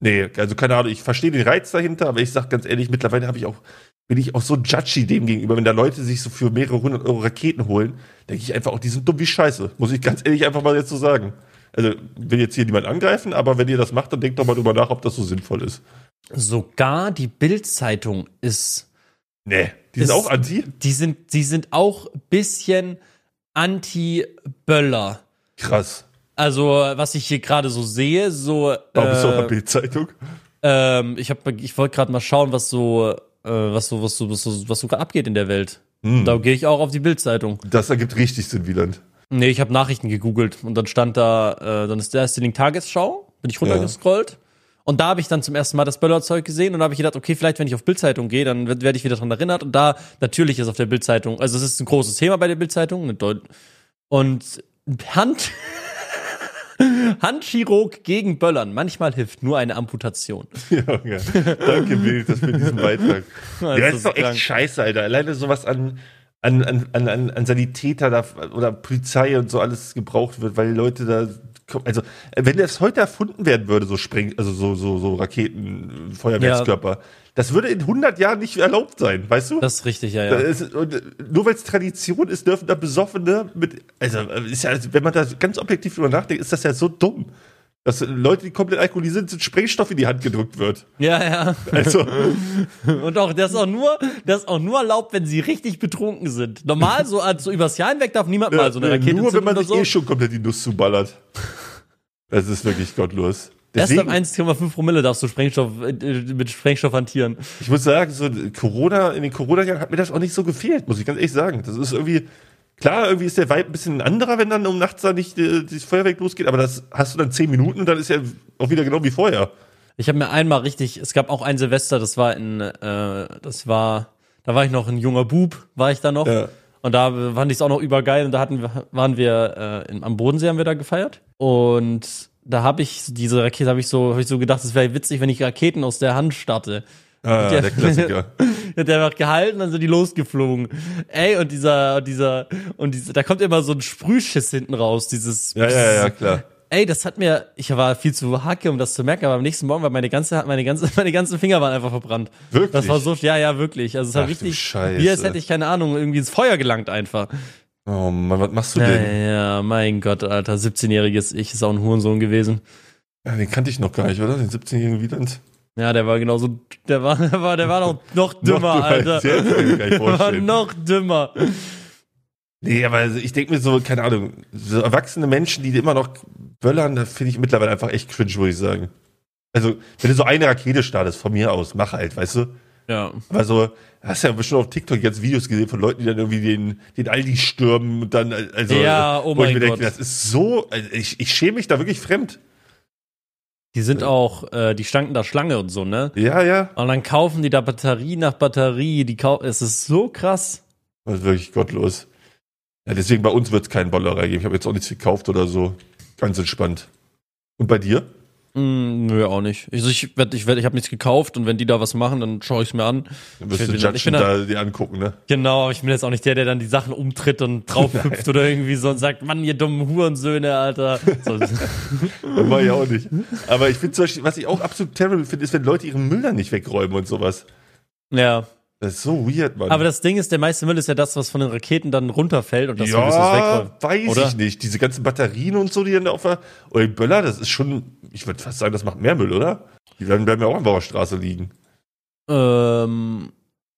Speaker 2: nee, also keine Ahnung, ich verstehe den Reiz dahinter, aber ich sag ganz ehrlich, mittlerweile habe ich auch, bin ich auch so judgy dem gegenüber, wenn da Leute sich so für mehrere hundert Euro Raketen holen, denke ich einfach auch, die sind dumm wie Scheiße, muss ich ganz ehrlich einfach mal jetzt so sagen. Also, will jetzt hier niemand angreifen, aber wenn ihr das macht, dann denkt doch mal drüber nach, ob das so sinnvoll ist.
Speaker 1: Sogar die Bild-Zeitung ist
Speaker 2: Nee, die
Speaker 1: Ist-
Speaker 2: sind auch anti.
Speaker 1: die sind, die sind auch bisschen anti-Böller.
Speaker 2: Krass.
Speaker 1: Also, was ich hier gerade so sehe, so.
Speaker 2: Warum bist du auf der
Speaker 1: Äh,
Speaker 2: Bildzeitung?
Speaker 1: ähm, ich hab, ich wollte gerade mal schauen, was so, äh, was so, was so, was so, was so gerade abgeht in der Welt. Da gehe ich auch auf die Bildzeitung.
Speaker 2: Das ergibt richtig Sinn, Wieland.
Speaker 1: Nee, ich habe Nachrichten gegoogelt und dann stand da, äh, dann ist der erste Link Tagesschau, bin ich runtergescrollt. Und da habe ich dann zum ersten Mal das Böllerzeug gesehen und da habe ich gedacht, okay, vielleicht wenn ich auf Bildzeitung gehe, dann werde ich wieder dran erinnert. Und da natürlich ist auf der Bildzeitung, also es ist ein großes Thema bei der Bildzeitung, eine Deut und Hand Handchirurg gegen Böllern. Manchmal hilft nur eine Amputation.
Speaker 2: Junge, danke Bild, das für diesen Beitrag.
Speaker 1: Das
Speaker 2: ja,
Speaker 1: ist
Speaker 2: das ist doch
Speaker 1: krank.
Speaker 2: echt scheiße, Alter. Alleine sowas an, an, an, an, an, an Sanitäter da, oder Polizei und so alles gebraucht wird, weil die Leute da. Also, wenn das heute erfunden werden würde, so Spreng, also so, so, so Raketen, Feuerwerkskörper, das würde in 100 Jahren nicht erlaubt sein, weißt du?
Speaker 1: Das ist richtig, ja,
Speaker 2: Da
Speaker 1: ja.
Speaker 2: ist- und, äh, nur weil es Tradition ist, dürfen da Besoffene mit. Also, äh, ist ja, also, wenn man da ganz objektiv drüber nachdenkt, ist das ja so dumm. Dass äh, Leute, die komplett alkoholisiert sind, sind Sprengstoff in die Hand gedrückt wird.
Speaker 1: Ja,
Speaker 2: Also,
Speaker 1: ja. Und auch das ist auch nur, das ist auch nur erlaubt, wenn sie richtig betrunken sind. Normal so, also übers Jahr hinweg darf niemand mal so eine
Speaker 2: äh,
Speaker 1: Rakete
Speaker 2: nur wenn
Speaker 1: zünden
Speaker 2: man
Speaker 1: oder
Speaker 2: sich
Speaker 1: so.
Speaker 2: eh schon komplett die Nuss zuballert. Das ist wirklich gottlos.
Speaker 1: Erst ab
Speaker 2: Deswegen,
Speaker 1: 1,5 Promille darfst du Sprengstoff, äh, mit Sprengstoff hantieren.
Speaker 2: ich muss sagen, so Corona, in den Corona-Jahren hat mir das auch nicht so gefehlt, muss ich ganz ehrlich sagen. Das ist irgendwie, klar, irgendwie ist der Vibe ein bisschen ein anderer, wenn dann um nachts da nicht äh, das Feuerwerk losgeht, aber das hast du dann zehn Minuten und dann ist ja auch wieder genau wie vorher.
Speaker 1: Ich habe mir einmal richtig, es gab auch ein Silvester, das war in, äh, das war, da war ich noch ein junger Bub, war ich da noch.
Speaker 2: Ja.
Speaker 1: Und da fand ich es auch noch übergeil. Und da hatten wir, waren wir äh, in, am Bodensee haben wir da gefeiert. Und da habe ich diese Rakete, habe ich so, habe ich so gedacht, es wäre witzig, wenn ich Raketen aus der Hand starte.
Speaker 2: Ah,
Speaker 1: Ja.
Speaker 2: der Klassiker.
Speaker 1: Hat der einfach gehalten, dann sind die losgeflogen. Ey, und dieser, und dieser, und dieser, da kommt immer so ein Sprühschiss hinten raus, dieses,
Speaker 2: Ja, ja, ja, klar.
Speaker 1: Ey, das hat mir, ich war viel zu hacke, um das zu merken, aber am nächsten Morgen war meine ganze, meine ganze, meine ganzen Finger waren einfach verbrannt.
Speaker 2: Wirklich?
Speaker 1: Das war so, ja, ja, wirklich. Also es
Speaker 2: Ach,
Speaker 1: war
Speaker 2: du
Speaker 1: richtig,
Speaker 2: Scheiße.
Speaker 1: wie als hätte ich keine Ahnung irgendwie ins Feuer gelangt einfach.
Speaker 2: Oh Mann, was machst du
Speaker 1: Ja,
Speaker 2: denn?
Speaker 1: ja, mein Gott, Alter, 17-jähriges Ich ist auch ein Hurensohn gewesen.
Speaker 2: Ja, den kannte ich noch gar nicht, oder? Den 17-jährigen Wieland.
Speaker 1: Ja, der war genauso, der war, der war, der war noch, noch dümmer,
Speaker 2: Noch dümmer
Speaker 1: Alter.
Speaker 2: als jetzt, kann ich mir gar nicht
Speaker 1: Der war
Speaker 2: vorstellen.
Speaker 1: noch dümmer.
Speaker 2: Nee, aber also ich denke mir so, keine Ahnung, so erwachsene Menschen, die immer noch böllern, da finde ich mittlerweile einfach echt cringe, würde ich sagen. Also, wenn du so eine Rakete startest, von mir aus, mach halt, weißt du?
Speaker 1: Ja.
Speaker 2: Aber so, hast ja bestimmt auf TikTok jetzt Videos gesehen von Leuten, die dann irgendwie den, den Aldi stürmen und dann, also,
Speaker 1: Ja, oh
Speaker 2: wo ich
Speaker 1: mein
Speaker 2: mir denke,
Speaker 1: Gott.
Speaker 2: das ist so, also ich, ich schäme mich da wirklich fremd.
Speaker 1: Die sind auch, äh, die standen da Schlange und so, ne?
Speaker 2: Ja, ja.
Speaker 1: Und dann kaufen die da Batterie nach Batterie. Die kau es ist so krass.
Speaker 2: Das ist wirklich gottlos. Ja, deswegen bei uns wird es keinen Bollerer geben. Ich habe jetzt auch nichts gekauft oder so. Ganz entspannt. Und bei dir?
Speaker 1: Mm, nö, auch nicht. Also ich werd, ich werd, ich habe nichts gekauft und wenn die da was machen, dann schaue ich's mir an.
Speaker 2: Dann wirst
Speaker 1: Ich
Speaker 2: du
Speaker 1: bin-
Speaker 2: Judge
Speaker 1: ich bin
Speaker 2: da dir angucken, ne?
Speaker 1: Genau, aber ich bin jetzt auch nicht der, der dann die Sachen umtritt und draufhüpft oder irgendwie so und sagt, Mann, ihr dummen Hurensöhne, Alter. So,
Speaker 2: Das war ich auch nicht. Aber ich finde zum Beispiel, was ich auch absolut terrible finde, ist, wenn Leute ihren Müll dann nicht wegräumen und sowas.
Speaker 1: ja.
Speaker 2: Das ist so weird, Mann.
Speaker 1: Aber das Ding ist, der meiste Müll ist ja das, was von den Raketen dann runterfällt und das wir müssen es wegräumen.
Speaker 2: ja, weiß
Speaker 1: oder?
Speaker 2: ich nicht. Diese ganzen Batterien und so, die dann da auf der. Oder die Böller, das ist schon. Ich würde fast sagen, das macht mehr Müll, oder? Die werden, bleiben ja auch an der Straße liegen.
Speaker 1: Ähm,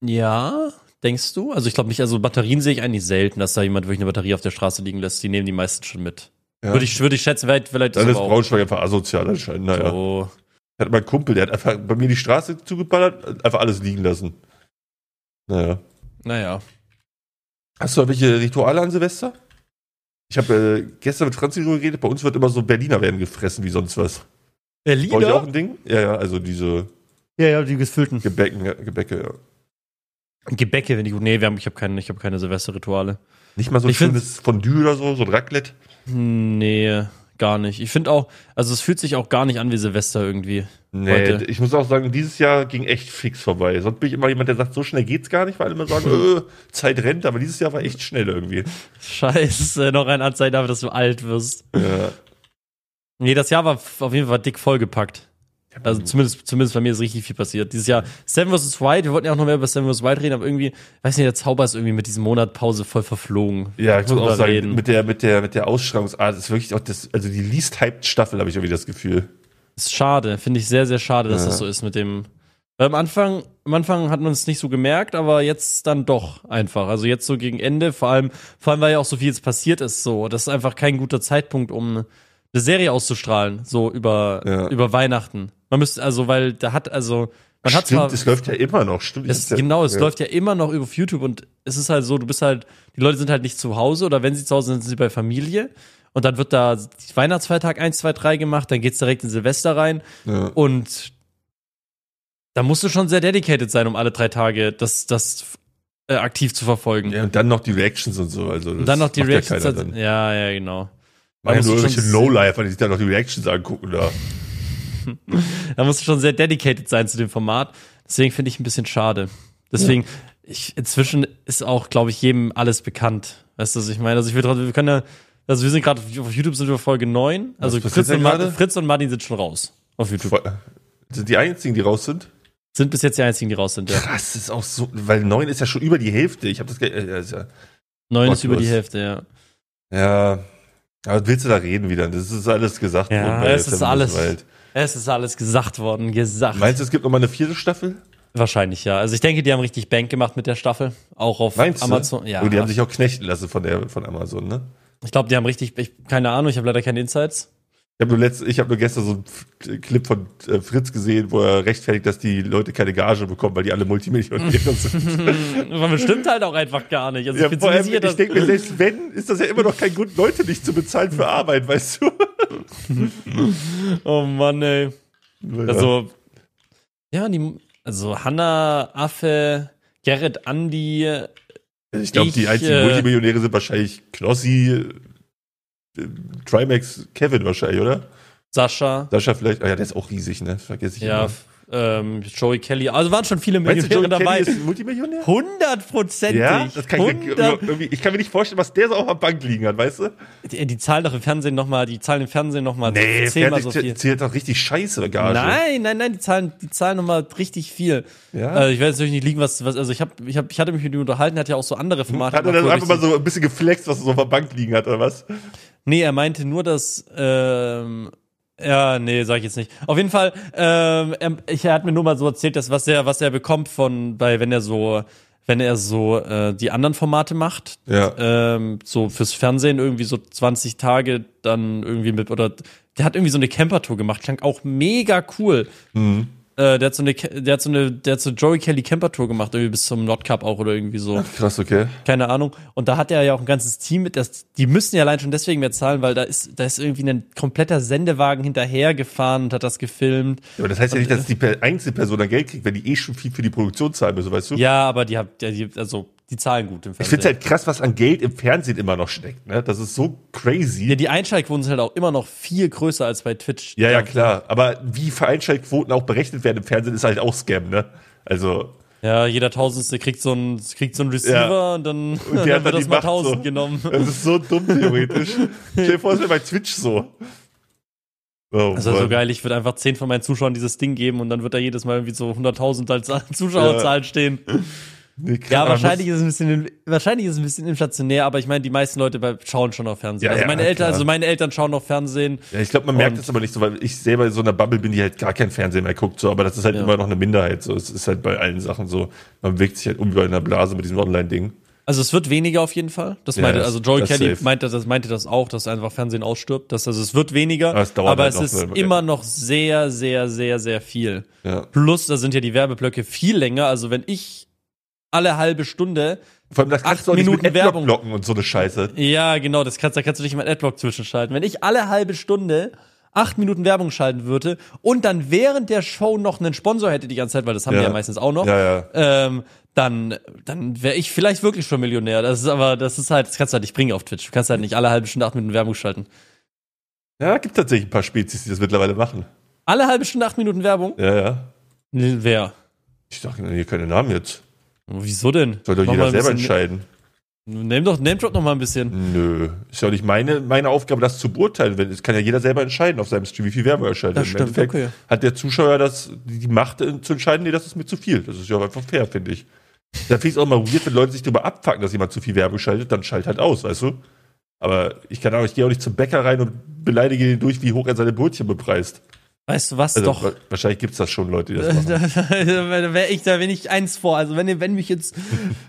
Speaker 1: ja, denkst du? Also ich glaube nicht, also Batterien sehe ich eigentlich selten, dass da jemand wirklich eine Batterie auf der Straße liegen lässt. Die nehmen die meisten schon mit.
Speaker 2: Ja.
Speaker 1: Würde ich, würde ich schätzen, vielleicht, vielleicht
Speaker 2: dann
Speaker 1: aber
Speaker 2: ist Braunschweig einfach asozial anscheinend. Naja.
Speaker 1: so.
Speaker 2: Hat mein Kumpel, der hat einfach bei mir die Straße zugeballert, einfach alles liegen lassen. Naja.
Speaker 1: Naja.
Speaker 2: Hast du irgendwelche Rituale an Silvester? Ich habe äh, gestern mit Franzi drüber geredet, bei uns wird immer so Berliner werden gefressen wie sonst was. Bei euch auch
Speaker 1: Berliner?
Speaker 2: ein Ding? Ja, ja, also diese
Speaker 1: Äh, Ja, ja, die gefüllten.
Speaker 2: Gebäcken, äh, Gebäcke, ja.
Speaker 1: Gebäcke, wenn ich gut. Nee, wir haben, ich habe keine, ich habe keine Silvesterrituale.
Speaker 2: Nicht mal so ein
Speaker 1: Ich find-
Speaker 2: schönes Fondue oder so, so ein Raclette.
Speaker 1: Nee, gar nicht. Ich finde auch, also es fühlt sich auch gar nicht an wie Silvester irgendwie.
Speaker 2: Nee,
Speaker 1: Heute.
Speaker 2: ich muss auch sagen, dieses Jahr ging echt fix vorbei. Sonst bin ich immer jemand, der sagt, so schnell geht's gar nicht, weil alle immer sagen, äh, Zeit rennt, aber dieses Jahr war echt schnell irgendwie.
Speaker 1: Scheiße, noch ein Anzeichen dafür, dass du alt wirst.
Speaker 2: Ja.
Speaker 1: Nee, das Jahr war f- auf jeden Fall dick vollgepackt. Also zumindest, zumindest bei mir ist richtig viel passiert. Dieses Jahr Seven vs. White, wir wollten ja auch noch mehr über Seven vs. White reden, aber irgendwie, weiß nicht, der Zauber ist irgendwie mit diesem Monat Pause voll verflogen.
Speaker 2: Ja, ich muss
Speaker 1: Drüber
Speaker 2: auch sagen,
Speaker 1: reden.
Speaker 2: mit der, mit der, mit der Ausschreibungsart ist wirklich auch das, also die least hyped Staffel, habe ich irgendwie das Gefühl.
Speaker 1: Ist schade, finde ich sehr, sehr schade, dass
Speaker 2: Ja.
Speaker 1: das so ist mit dem. Weil am Anfang, am Anfang hat man es nicht so gemerkt, aber jetzt dann doch einfach. Also jetzt so gegen Ende, vor allem, vor allem, weil ja auch so viel jetzt passiert ist, so. Das ist einfach kein guter Zeitpunkt, um eine Serie auszustrahlen, so über,
Speaker 2: Ja.
Speaker 1: über Weihnachten. Man müsste, also, weil da hat, also, man hat zwar.
Speaker 2: stimmt, es läuft ja immer noch, stimmt.
Speaker 1: Es,
Speaker 2: Ich hab's ja-
Speaker 1: genau, es
Speaker 2: ja.
Speaker 1: läuft ja immer noch über auf YouTube und es ist halt so, du bist halt, die Leute sind halt nicht zu Hause oder wenn sie zu Hause sind, sind sie bei Familie und dann wird da Weihnachtsfeiertag 1, 2, 3 gemacht, dann geht's direkt in Silvester rein
Speaker 2: Ja.
Speaker 1: und da musst du schon sehr dedicated sein, um alle drei Tage das, das äh, aktiv zu verfolgen.
Speaker 2: ja, und dann noch die Reactions und so. Also
Speaker 1: und dann noch die Reactions.
Speaker 2: Ja,
Speaker 1: also-
Speaker 2: keiner dann.
Speaker 1: ja, ja, genau. musst
Speaker 2: Machen ja nur
Speaker 1: du schon
Speaker 2: irgendwelche
Speaker 1: se-
Speaker 2: Lowlifer, die sich dann noch die Reactions angucken da.
Speaker 1: Da musst du schon sehr dedicated sein zu dem Format. Deswegen finde ich ein bisschen schade. Deswegen, ich, inzwischen ist auch, glaube ich, jedem alles bekannt. Weißt du, was ich meine? Also ich will trotzdem, wir können ja, also wir sind gerade auf auf YouTube sind wir Folge 9. Also
Speaker 2: passiert
Speaker 1: Fritz
Speaker 2: denn
Speaker 1: und, Martin,
Speaker 2: gerade?
Speaker 1: Fritz und Martin sind schon raus auf YouTube.
Speaker 2: Voll- Sind die einzigen, die raus sind?
Speaker 1: Sind bis jetzt die einzigen, die raus sind. Ja.
Speaker 2: Krass, das ist auch so, weil neun ist ja schon über die Hälfte. Ich habe das, ge- äh, das ist ja,
Speaker 1: Neun ist über die
Speaker 2: Gottlos.
Speaker 1: Hälfte, ja.
Speaker 2: ja, aber willst du da reden wieder? Das ist alles gesagt.
Speaker 1: Ja,
Speaker 2: worden bei
Speaker 1: es
Speaker 2: Seven
Speaker 1: ist alles-
Speaker 2: Days Wild.
Speaker 1: Es ist alles gesagt worden, gesagt.
Speaker 2: Meinst du, es gibt noch mal eine vierte Staffel?
Speaker 1: Wahrscheinlich, ja. Also ich denke, die haben richtig Bank gemacht mit der Staffel. Auch auf
Speaker 2: Meinst du?
Speaker 1: Amazon. Ja.
Speaker 2: Und die haben sich auch knechten lassen von, der, von Amazon, ne?
Speaker 1: ich glaube, die haben richtig, ich, keine Ahnung, ich habe leider keine Insights.
Speaker 2: Ich habe nur, letzt- ich hab nur gestern so einen F- Clip von äh, Fritz gesehen, wo er rechtfertigt, dass die Leute keine Gage bekommen, weil die alle Multimillionäre sind.
Speaker 1: Man bestimmt halt auch einfach gar nicht. Also
Speaker 2: ja,
Speaker 1: ich bin
Speaker 2: vor
Speaker 1: ziemlich
Speaker 2: allem,
Speaker 1: sicher,
Speaker 2: ich
Speaker 1: dass
Speaker 2: denke mir, selbst wenn, ist das ja immer noch kein Grund, Leute nicht zu bezahlen für Arbeit, weißt du?
Speaker 1: Oh Mann, ey.
Speaker 2: Ja.
Speaker 1: Also, ja, die, also Hanna, Affe, Gerrit, Andi,
Speaker 2: ich glaube, die
Speaker 1: ich,
Speaker 2: einzigen
Speaker 1: äh,
Speaker 2: Multimillionäre sind wahrscheinlich Knossi, äh, Trimax, Kevin wahrscheinlich, oder?
Speaker 1: Sascha.
Speaker 2: Sascha vielleicht, ah ja, der ist auch riesig, ne? Vergesse ich
Speaker 1: Ja,
Speaker 2: immer.
Speaker 1: ähm, Joey Kelly. Also waren schon viele
Speaker 2: Meinst du,
Speaker 1: Millionäre
Speaker 2: Joey
Speaker 1: dabei.
Speaker 2: Kelly ist Multimillionär?
Speaker 1: Hundertprozentig.
Speaker 2: Ja, das kann ich, mir-
Speaker 1: Hundert-
Speaker 2: irgendwie, ich kann mir nicht vorstellen, was der so auf der Bank liegen hat, weißt du?
Speaker 1: die, die zahlen doch im Fernsehen nochmal, die zahlen im Fernsehen nochmal
Speaker 2: Nee,
Speaker 1: zehnmal
Speaker 2: fertig,
Speaker 1: so
Speaker 2: so
Speaker 1: viel.
Speaker 2: zählt doch richtig scheiße Gage.
Speaker 1: Nein, nein, nein, die zahlen, die zahlen nochmal richtig viel.
Speaker 2: Ja.
Speaker 1: Also ich werde jetzt natürlich nicht liegen, was, was also ich habe, ich, hab, ich hatte mich mit ihm unterhalten, hat ja auch so andere Formate.
Speaker 2: Hat er
Speaker 1: gemacht,
Speaker 2: das
Speaker 1: wo
Speaker 2: einfach
Speaker 1: ich
Speaker 2: mal so ein bisschen geflext, was er so auf der Bank liegen hat, oder was?
Speaker 1: Nee, er meinte nur, dass. Ähm, ja, nee, sag ich jetzt nicht. Auf jeden Fall, ähm, er, ich, er hat mir nur mal so erzählt, dass was er, was er bekommt von, bei, wenn er so, wenn er so äh, die anderen Formate macht,
Speaker 2: Ja.
Speaker 1: ähm, so fürs Fernsehen irgendwie so 20 Tage dann irgendwie mit oder der hat irgendwie so eine Camper-Tour gemacht, klang auch mega cool. Äh, der hat so eine, Ca- der hat so eine, der hat so Joey Kelly Camper-Tour gemacht, irgendwie bis zum Nordcup auch oder irgendwie so
Speaker 2: Krass, okay.
Speaker 1: keine Ahnung. Und da hat er ja auch ein ganzes Team mit, das, die müssen ja allein schon deswegen mehr zahlen, weil da ist, da ist irgendwie ein kompletter Sendewagen hinterhergefahren und hat das gefilmt.
Speaker 2: Aber das heißt ja nicht,
Speaker 1: Also,
Speaker 2: dass die per- einzelne Person dann Geld kriegt, wenn die eh schon viel für die Produktion zahlen müssen, weißt du?
Speaker 1: Ja, aber die hat, ja, die, also, die zahlen gut im
Speaker 2: Ich finde es
Speaker 1: Fernsehen.
Speaker 2: halt krass, was an Geld im Fernsehen immer noch steckt, ne? Das ist so crazy.
Speaker 1: Ja, die Einschaltquoten sind halt auch immer noch viel größer als bei Twitch.
Speaker 2: Ja, ja, klar. Aber wie Vereinschaltquoten auch berechnet werden im Fernsehen, ist halt auch Scam, ne? Also,
Speaker 1: Ja, jeder Tausendste kriegt so einen, kriegt so einen Receiver
Speaker 2: Ja.
Speaker 1: und dann, und
Speaker 2: der
Speaker 1: dann
Speaker 2: hat dann
Speaker 1: wird
Speaker 2: die
Speaker 1: das mal
Speaker 2: Macht so.
Speaker 1: 1000 genommen.
Speaker 2: das ist so dumm theoretisch. Stell dir vor, es wäre bei Twitch so. Oh,
Speaker 1: Das ist Also, so
Speaker 2: Mann.
Speaker 1: geil, ich würde einfach 10 von meinen Zuschauern dieses Ding geben und dann wird da jedes Mal irgendwie so 100.000 als Zuschauerzahl stehen.
Speaker 2: Nee, krass,
Speaker 1: Ja,
Speaker 2: aber
Speaker 1: wahrscheinlich ist, es ein bisschen, wahrscheinlich ist es ein bisschen inflationär, aber ich meine, die meisten Leute bei- schauen schon auf Fernsehen.
Speaker 2: Ja,
Speaker 1: also,
Speaker 2: ja,
Speaker 1: meine Eltern,
Speaker 2: klar.
Speaker 1: also meine Eltern schauen noch Fernsehen.
Speaker 2: Ja, ich glaube, man merkt
Speaker 1: Und-
Speaker 2: das aber nicht so, weil ich selber in so einer Bubble bin, die halt gar kein Fernsehen mehr guckt, so, aber das ist halt
Speaker 1: Ja.
Speaker 2: immer noch eine Minderheit. So, es ist halt bei allen Sachen so. Man bewegt sich halt um überall in der Blase mit diesem Online-Ding.
Speaker 1: Also es wird weniger auf jeden Fall. Das
Speaker 2: Ja,
Speaker 1: meinte,
Speaker 2: das-
Speaker 1: also Joey
Speaker 2: das
Speaker 1: Kelly
Speaker 2: safe.
Speaker 1: meinte das, meinte das auch, dass einfach Fernsehen ausstirbt. Dass, also es wird weniger,
Speaker 2: Aber
Speaker 1: aber
Speaker 2: es
Speaker 1: es,
Speaker 2: dauert halt noch,
Speaker 1: ist
Speaker 2: ne?
Speaker 1: immer noch sehr, sehr, sehr, sehr viel.
Speaker 2: Ja.
Speaker 1: Plus, da sind ja die Werbeblöcke viel länger. Also wenn ich alle halbe Stunde,
Speaker 2: Vor allem, das kannst
Speaker 1: Acht
Speaker 2: du auch
Speaker 1: Minuten
Speaker 2: nicht mit Adblock
Speaker 1: Werbung.
Speaker 2: blocken und so eine Scheiße.
Speaker 1: ja genau, das kannst, da kannst du nicht mal einen Adblock zwischenschalten. Wenn ich alle halbe Stunde acht Minuten Werbung schalten würde und dann während der Show noch einen Sponsor hätte die ganze Zeit, weil das haben
Speaker 2: Ja.
Speaker 1: wir ja meistens auch noch,
Speaker 2: Ja, ja.
Speaker 1: ähm, dann, dann wäre ich vielleicht wirklich schon Millionär. Das ist aber, das ist halt, das kannst du halt nicht bringen auf Twitch. Du kannst halt nicht alle halbe Stunde acht Minuten Werbung schalten.
Speaker 2: Ja, gibt tatsächlich ein paar Spezies, die das mittlerweile machen.
Speaker 1: Alle halbe Stunde acht Minuten Werbung?
Speaker 2: Ja, ja.
Speaker 1: Wer?
Speaker 2: Ich dachte, hier keine Namen jetzt.
Speaker 1: Wieso denn?
Speaker 2: Soll doch
Speaker 1: Mach
Speaker 2: jeder
Speaker 1: mal ein
Speaker 2: selber
Speaker 1: bisschen-
Speaker 2: entscheiden.
Speaker 1: Nimm doch, name drop noch mal ein bisschen.
Speaker 2: Nö. Ist ja auch nicht meine, meine Aufgabe, das zu beurteilen. Wenn- Es kann ja jeder selber entscheiden auf seinem Stream, wie viel Werbung er schaltet.
Speaker 1: Das
Speaker 2: Im
Speaker 1: stimmt,
Speaker 2: Endeffekt
Speaker 1: okay.
Speaker 2: Hat der Zuschauer das, die die Macht äh, zu entscheiden, nee, das ist mir zu viel. Das ist ja einfach fair, finde ich. Da finde ich es auch mal weird, wenn Leute sich darüber abfacken, dass jemand zu viel Werbung schaltet, dann schalt halt aus, weißt du? Aber ich kann auch, ich gehe auch nicht zum Bäcker rein und beleidige ihn durch, wie hoch er seine Brötchen bepreist.
Speaker 1: Weißt du was?
Speaker 2: Also
Speaker 1: doch.
Speaker 2: wa- wahrscheinlich gibt es das schon Leute, die das machen.
Speaker 1: da wäre Also, ich, da bin ich eins vor. Also wenn, wenn mich jetzt,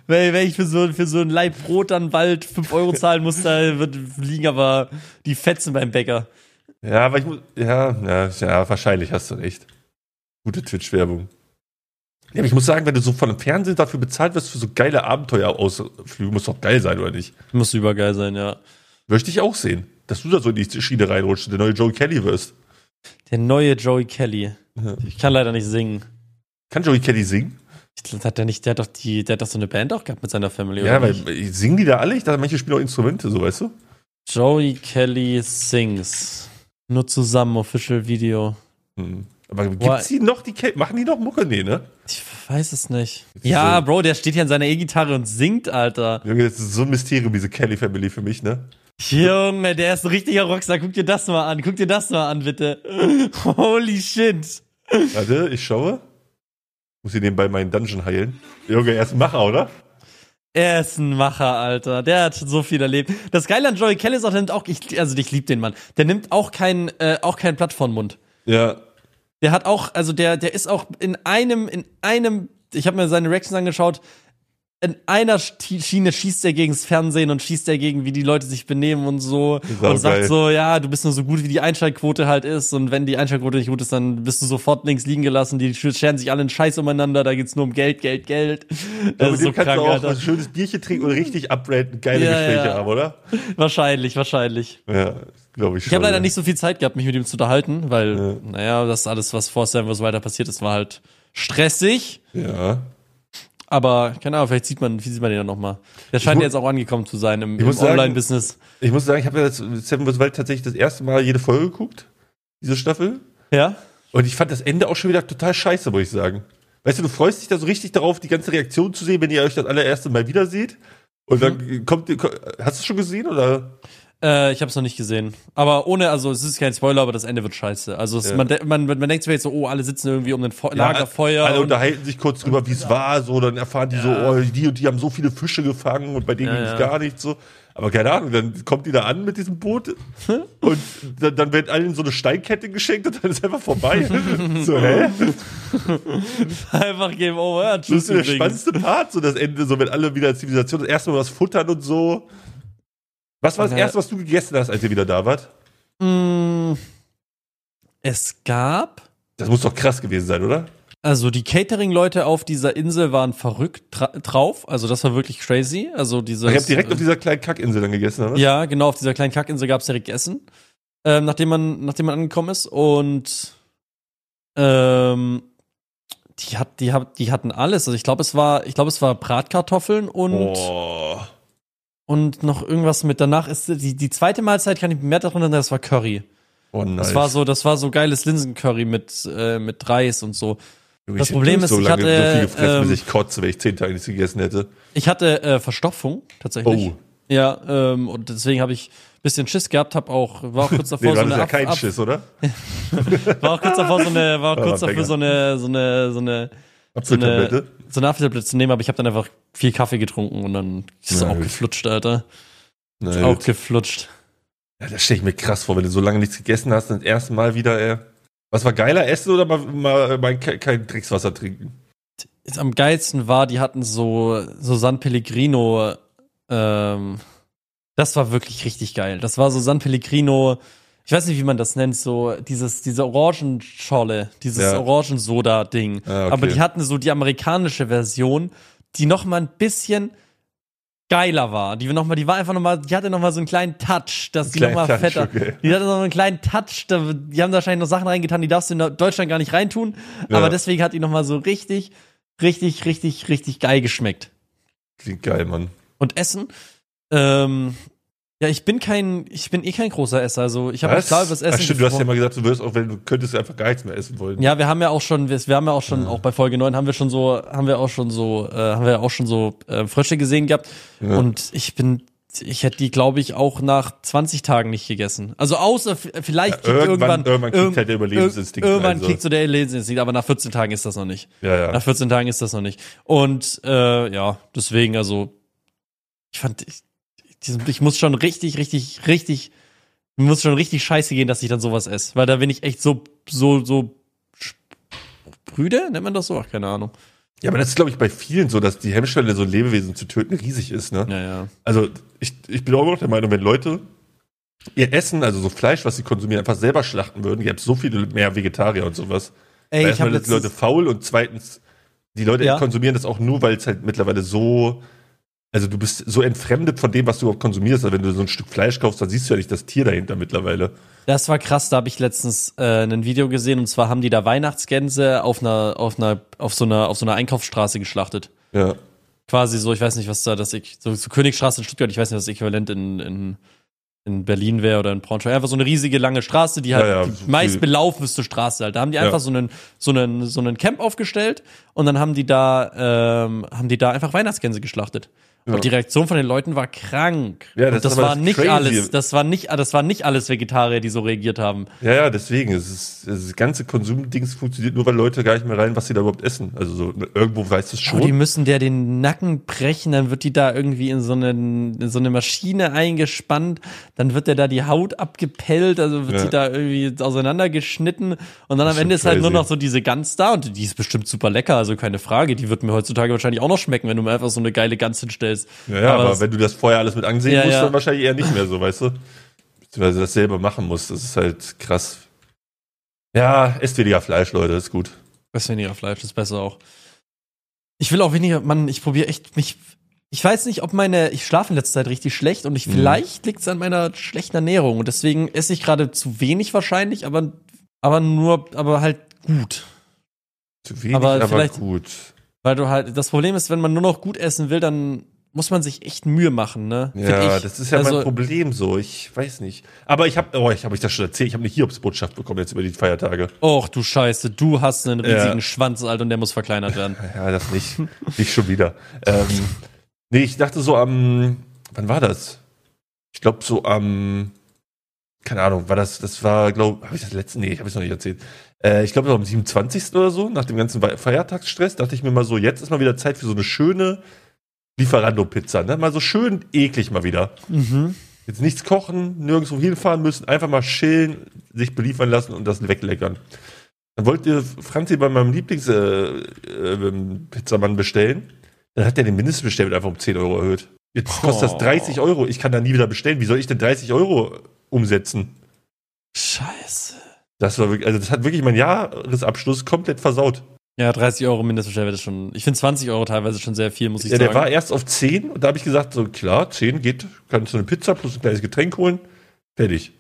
Speaker 1: wenn, wenn ich für so, für so ein Leib Brot dann bald fünf Euro zahlen muss, da wird, liegen aber die Fetzen beim Bäcker.
Speaker 2: Ja, aber ich muss. Ja, ja, ja wahrscheinlich hast du recht. Gute Twitch-Werbung. Ja, aber ich muss sagen, wenn du so von dem Fernsehen dafür bezahlt wirst, für so geile Abenteuerausflüge, muss doch geil sein, oder nicht?
Speaker 1: Muss übergeil sein, ja.
Speaker 2: Möchte ich auch sehen, dass du da so in die Schiene reinrutschst und der neue Joe Kelly wirst.
Speaker 1: Der neue Joey Kelly.
Speaker 2: Ja.
Speaker 1: Ich kann leider nicht singen.
Speaker 2: Kann Joey Kelly singen?
Speaker 1: Ich glaub, hat der nicht, der hat doch die, der hat doch so eine Band auch gehabt mit seiner Family.
Speaker 2: Ja,
Speaker 1: oder
Speaker 2: weil
Speaker 1: nicht?
Speaker 2: äh, singen die da alle? Ich dachte, manche spielen auch Instrumente, so weißt du?
Speaker 1: Joey Kelly sings. Nur zusammen, Official Video.
Speaker 2: Hm. Aber
Speaker 1: Boah.
Speaker 2: gibt's die noch, die Kelly? Machen die noch Mucke? Nee, ne?
Speaker 1: Ich weiß es nicht.
Speaker 2: Diese-
Speaker 1: Ja, Bro, der steht hier an seiner E-Gitarre und singt, Alter.
Speaker 2: Junge, das ist so ein Mysterium, diese Kelly-Family für mich, ne?
Speaker 1: Junge, der ist ein richtiger Rockstar. Guck dir das mal an. Guck dir das mal an, bitte. Holy shit.
Speaker 2: Warte, ich schaue. Muss hier nebenbei meinen Dungeon heilen. Junge, er ist ein Macher, oder?
Speaker 1: Er ist ein Macher, Alter. Der hat schon so viel erlebt. Das Geile an Joey Kelly ist auch, der nimmt auch, ich, also ich lieb den Mann. Der nimmt auch kein, äh, auch kein Blatt vor den Mund.
Speaker 2: Ja,
Speaker 1: Der hat auch, also der, der ist auch in einem, in einem, ich habe mir seine Reactions angeschaut, in einer Sch- Schiene schießt er gegens Fernsehen und schießt er gegen, wie die Leute sich benehmen und so.
Speaker 2: auch
Speaker 1: Und sagt
Speaker 2: geil.
Speaker 1: so, ja, du bist nur so gut, wie die Einschaltquote halt ist. Und wenn die Einschaltquote nicht gut ist, dann bist du sofort links liegen gelassen. Die sch- scheren sich alle einen Scheiß umeinander. Da geht's nur um Geld, Geld, Geld.
Speaker 2: Ja,
Speaker 1: Das
Speaker 2: mit
Speaker 1: ist so
Speaker 2: dem kannst
Speaker 1: krank,
Speaker 2: du auch
Speaker 1: Alter.
Speaker 2: ein schönes Bierchen trinken und richtig upgraden, geile
Speaker 1: Ja,
Speaker 2: Gespräche
Speaker 1: ja.
Speaker 2: haben, oder?
Speaker 1: Wahrscheinlich, wahrscheinlich.
Speaker 2: Ja, glaube ich schon.
Speaker 1: Ich habe leider
Speaker 2: ja.
Speaker 1: nicht so viel Zeit gehabt, mich mit ihm zu unterhalten, weil,
Speaker 2: Ja.
Speaker 1: naja, das alles, was vor Sam vs. weiter passiert ist, war halt stressig.
Speaker 2: Ja.
Speaker 1: Aber keine Ahnung, vielleicht sieht man, wie sieht man den dann nochmal. Der scheint
Speaker 2: mu-
Speaker 1: ja jetzt auch angekommen zu sein im,
Speaker 2: Ich
Speaker 1: im
Speaker 2: muss sagen-
Speaker 1: Online-Business.
Speaker 2: Ich muss sagen, ich habe ja das Seven vs. Wild tatsächlich das erste Mal jede Folge geguckt, diese Staffel.
Speaker 1: Ja?
Speaker 2: Und ich fand das Ende auch schon wieder total scheiße, muss ich sagen. Weißt du, du freust dich da so richtig darauf, die ganze Reaktion zu sehen, wenn ihr euch das allererste Mal wieder seht. Und
Speaker 1: Mhm.
Speaker 2: dann kommt, hast du es schon gesehen oder?
Speaker 1: Äh, ich habe es noch nicht gesehen. Aber ohne, also es ist kein Spoiler, aber das Ende wird scheiße. Also es,
Speaker 2: Ja.
Speaker 1: man, de- man, man, man denkt sich jetzt so, oh, alle sitzen irgendwie um ein Fe Lagerfeuer.
Speaker 2: äh, Alle
Speaker 1: und-
Speaker 2: unterhalten sich kurz drüber, wie es war, so, dann erfahren die so, oh, die und die haben so viele Fische gefangen und bei
Speaker 1: Ja,
Speaker 2: denen ging's
Speaker 1: ja.
Speaker 2: gar nichts so. Aber keine Ahnung, dann kommt die da an mit diesem Boot und dann, dann wird allen so eine Steinkette geschenkt und dann ist einfach vorbei. so, hä?
Speaker 1: einfach Game Over. Ja,
Speaker 2: Das
Speaker 1: tschüss
Speaker 2: ist so der
Speaker 1: übrigens.
Speaker 2: spannendste Part, so das Ende, so wenn alle wieder als Zivilisation das erste Mal was futtern und so. Was war das
Speaker 1: Ja.
Speaker 2: erste, was du gegessen hast, als ihr wieder da wart?
Speaker 1: Mm, es gab
Speaker 2: Das muss doch krass gewesen sein, oder?
Speaker 1: Also die Catering-Leute auf dieser Insel waren verrückt tra drauf. Also das war wirklich crazy. Also diese.
Speaker 2: ich habe direkt auf dieser kleinen Kackinsel dann gegessen, oder?
Speaker 1: Ja, genau, auf dieser kleinen Kackinsel gab es direkt Essen. Ähm, nachdem, man, nachdem man angekommen ist. Und ähm, die, hat, die, hat, die hatten alles. Also ich glaube, es war, ich glaube, es war Bratkartoffeln und,
Speaker 2: Boah.
Speaker 1: und noch irgendwas mit. Danach ist die, die zweite Mahlzeit, kann ich mehr daran erinnern, das war Curry.
Speaker 2: Oh nein.
Speaker 1: Das war so, das war so geiles Linsencurry mit, äh, mit Reis und so. das Problem ist,
Speaker 2: so
Speaker 1: ich
Speaker 2: lange
Speaker 1: hatte,
Speaker 2: so viel gefressen, bis
Speaker 1: ähm,
Speaker 2: ich kotze, wenn ich zehn Tage nichts gegessen hätte.
Speaker 1: Ich hatte äh, Verstopfung tatsächlich.
Speaker 2: Oh.
Speaker 1: Ja, ähm, und deswegen habe ich ein bisschen Schiss gehabt, hab auch war auch kurz
Speaker 2: Nee,
Speaker 1: davor
Speaker 2: du
Speaker 1: so
Speaker 2: hattest
Speaker 1: eine
Speaker 2: ja
Speaker 1: Ab-
Speaker 2: keinen
Speaker 1: Ab-
Speaker 2: Schiss, oder?
Speaker 1: war auch kurz davor so eine war auch
Speaker 2: Ja,
Speaker 1: kurz
Speaker 2: war ein
Speaker 1: davor so eine so eine so eine so eine
Speaker 2: Apfeltablette.
Speaker 1: so eine Apfeltablette zu nehmen, aber ich habe dann einfach viel Kaffee getrunken und dann ist
Speaker 2: Na
Speaker 1: auch
Speaker 2: gut.
Speaker 1: geflutscht, Alter. Ist
Speaker 2: Nein.
Speaker 1: auch geflutscht.
Speaker 2: Ja, das stelle ich mir krass vor, wenn du so lange nichts gegessen hast, dann das erste Mal wieder, ey. Was war geiler, essen oder mal, mal, mal ke- kein Dreckswasser trinken?
Speaker 1: Jetzt am geilsten war, die hatten so so San Pellegrino ähm das war wirklich richtig geil. Das war so San Pellegrino ich weiß nicht, wie man das nennt, so dieses, diese Orangenscholle, dieses
Speaker 2: Ja.
Speaker 1: Orangensoda-Ding.
Speaker 2: Ah, okay.
Speaker 1: Aber die hatten so die amerikanische Version, die noch mal ein bisschen geiler war. Die noch mal, die war einfach noch mal, die hatte noch mal so einen kleinen Touch, dass die noch
Speaker 2: Kleinen
Speaker 1: mal
Speaker 2: Touch,
Speaker 1: fetter.
Speaker 2: okay.
Speaker 1: Die hatte noch einen kleinen Touch. Da, die haben da wahrscheinlich noch Sachen reingetan, die darfst du in Deutschland gar nicht reintun.
Speaker 2: Ja.
Speaker 1: Aber deswegen hat die noch mal so richtig, richtig, richtig, richtig geil geschmeckt.
Speaker 2: Klingt geil, Mann.
Speaker 1: Und Essen. Ähm, ja, ich bin kein, ich bin eh kein großer Esser. Also ich habe
Speaker 2: Was?
Speaker 1: klar über das Essen.
Speaker 2: Ach, stimmt, du hast ja
Speaker 1: gesprochen.
Speaker 2: mal gesagt, du würdest auch, wenn du könntest, einfach gar nichts mehr essen wollen.
Speaker 1: Ja, wir haben ja auch schon, wir, wir haben ja auch schon, auch bei Folge 9 haben wir schon so, haben wir auch schon so, äh, haben wir auch schon so äh, Frösche gesehen gehabt.
Speaker 2: Ja.
Speaker 1: Und ich bin, ich hätte die, glaube ich, auch nach 20 Tagen nicht gegessen. Also außer f- vielleicht
Speaker 2: Ja,
Speaker 1: kickt
Speaker 2: irgendwann-
Speaker 1: irgendwann,
Speaker 2: irgendwann kickt halt der Überlebensinstinkt
Speaker 1: Irgendwann
Speaker 2: ein, so.
Speaker 1: kickt so der Überlebensinstinkt, aber nach 14 Tagen ist das noch nicht.
Speaker 2: Ja, ja.
Speaker 1: Nach 14 Tagen ist das noch nicht. Und äh, ja, deswegen, also, ich fand, ich, diesen- ich muss schon richtig, richtig, richtig, mir muss schon richtig scheiße gehen, dass ich dann sowas esse. Weil da bin ich echt so, so, so sch- brüde, nennt man das so? Ach, keine Ahnung.
Speaker 2: Ja, aber das ist, glaube ich, bei vielen so, dass die Hemmschwelle, so ein Lebewesen zu töten, riesig ist, ne?
Speaker 1: Naja.
Speaker 2: Also, ich, ich bin auch immer noch der Meinung, wenn Leute ihr Essen, also so Fleisch, was sie konsumieren, einfach selber schlachten würden, gäbe es so viele mehr Vegetarier und sowas.
Speaker 1: Ey,
Speaker 2: Weil
Speaker 1: ich habe
Speaker 2: erstmal sind die Leute
Speaker 1: letztens,
Speaker 2: faul und zweitens, die Leute
Speaker 1: Ja.
Speaker 2: konsumieren das auch nur, weil es halt mittlerweile so, also du bist so entfremdet von dem, was du überhaupt konsumierst. Also wenn du so ein Stück Fleisch kaufst, dann siehst du ja nicht das Tier dahinter mittlerweile.
Speaker 1: das war krass, da habe ich letztens äh, ein Video gesehen und zwar haben die da Weihnachtsgänse auf einer, auf einer, auf so einer, auf so einer Einkaufsstraße geschlachtet.
Speaker 2: Ja.
Speaker 1: quasi so, ich weiß nicht, was da das, ich, so zu Königstraße in Stuttgart, ich weiß nicht, was das Äquivalent in, in, in Berlin wäre oder in Braunschweig. Einfach so eine riesige lange Straße, die halt
Speaker 2: Ja, ja,
Speaker 1: die
Speaker 2: so
Speaker 1: meist
Speaker 2: viel-
Speaker 1: belaufenste Straße halt. Da haben die einfach
Speaker 2: Ja.
Speaker 1: so einen, so einen, so einen Camp aufgestellt und dann haben die da, ähm, haben die da einfach Weihnachtsgänse geschlachtet.
Speaker 2: Ja.
Speaker 1: Und die Reaktion von den Leuten war krank.
Speaker 2: Ja, das
Speaker 1: das, und
Speaker 2: ist
Speaker 1: das
Speaker 2: aber
Speaker 1: war
Speaker 2: das
Speaker 1: nicht
Speaker 2: Crazy.
Speaker 1: alles, das war nicht, das war nicht alles Vegetarier, die so reagiert haben.
Speaker 2: Ja, ja, deswegen. Es ist, das ganze Konsumdings funktioniert nur, weil Leute gar nicht mehr rein, was sie da überhaupt essen. Also so, irgendwo weißt du es
Speaker 1: Oh, die
Speaker 2: schon.
Speaker 1: müssen der den Nacken brechen, dann wird die da irgendwie in so eine, in so eine Maschine eingespannt, dann wird der da die Haut abgepellt, also wird
Speaker 2: Ja.
Speaker 1: sie da irgendwie auseinandergeschnitten und dann am
Speaker 2: ist
Speaker 1: Ende
Speaker 2: schon
Speaker 1: ist halt nur
Speaker 2: crazy.
Speaker 1: noch so diese Gans da und die ist bestimmt super lecker, also keine Frage, die wird mir heutzutage wahrscheinlich auch noch schmecken, wenn du mir einfach so eine geile Gans hinstellst.
Speaker 2: ja, ja, aber,
Speaker 1: das-
Speaker 2: wenn du das vorher alles mit ansehen
Speaker 1: Ja,
Speaker 2: musst,
Speaker 1: ja.
Speaker 2: dann wahrscheinlich eher nicht mehr so, weißt du? Beziehungsweise das selber machen musst. Das ist halt krass. Ja, esst weniger Fleisch, Leute, ist gut.
Speaker 1: Das weniger Fleisch ist besser auch. Ich will auch weniger, Mann, ich probiere echt mich. Ich weiß nicht, ob meine. Ich schlafe in letzter Zeit richtig schlecht und ich,
Speaker 2: Mhm.
Speaker 1: vielleicht liegt es an meiner schlechten Ernährung. Und deswegen esse ich gerade zu wenig wahrscheinlich, aber, aber nur, aber halt gut.
Speaker 2: Zu wenig,
Speaker 1: Aber
Speaker 2: aber
Speaker 1: vielleicht-
Speaker 2: gut.
Speaker 1: Weil du halt. Das Problem ist, wenn man nur noch gut essen will, dann muss man sich echt Mühe machen, ne? Find
Speaker 2: Ja,
Speaker 1: ich.
Speaker 2: das ist ja
Speaker 1: also,
Speaker 2: mein Problem so. Ich weiß nicht. Aber ich habe, oh, ich habe ich das schon erzählt. Ich habe eine Hiobsbotschaft bekommen jetzt über die Feiertage.
Speaker 1: Och, du Scheiße, du hast einen
Speaker 2: Ja.
Speaker 1: riesigen Schwanz, Alter, und der muss verkleinert werden.
Speaker 2: Ja, das nicht. nicht schon wieder. Ähm, nee, ich dachte so am, wann war das? Ich glaube so am, keine Ahnung, war das, das war, glaube habe ich das letzte, nee, habe ich noch nicht erzählt. Äh, ich glaube so am 27. oder so, nach dem ganzen Wei- Feiertagsstress, dachte ich mir mal so, jetzt ist mal wieder Zeit für so eine schöne Lieferando-Pizza, ne? Mal so schön eklig mal wieder.
Speaker 1: Mhm.
Speaker 2: Jetzt nichts kochen, nirgendwo hinfahren müssen, einfach mal chillen, sich beliefern lassen und das wegleckern. Dann wollte Franzi bei meinem Lieblings-Pizzamann äh, Pizzamann bestellen. Dann hat er den Mindestbestellwert einfach um 10 Euro erhöht. Jetzt kostet
Speaker 1: Oh.
Speaker 2: das 30 Euro. Ich kann da nie wieder bestellen. Wie soll ich denn 30 Euro umsetzen?
Speaker 1: Scheiße.
Speaker 2: Das war wirklich, also das hat wirklich meinen Jahresabschluss komplett versaut.
Speaker 1: Ja, 30 Euro Mindestbestellwert ist schon. Ich finde 20 Euro teilweise schon sehr viel, muss ich
Speaker 2: Ja,
Speaker 1: sagen.
Speaker 2: der war erst auf 10 und da habe ich gesagt, so klar, 10 geht, kannst du eine Pizza plus ein kleines Getränk holen. Fertig.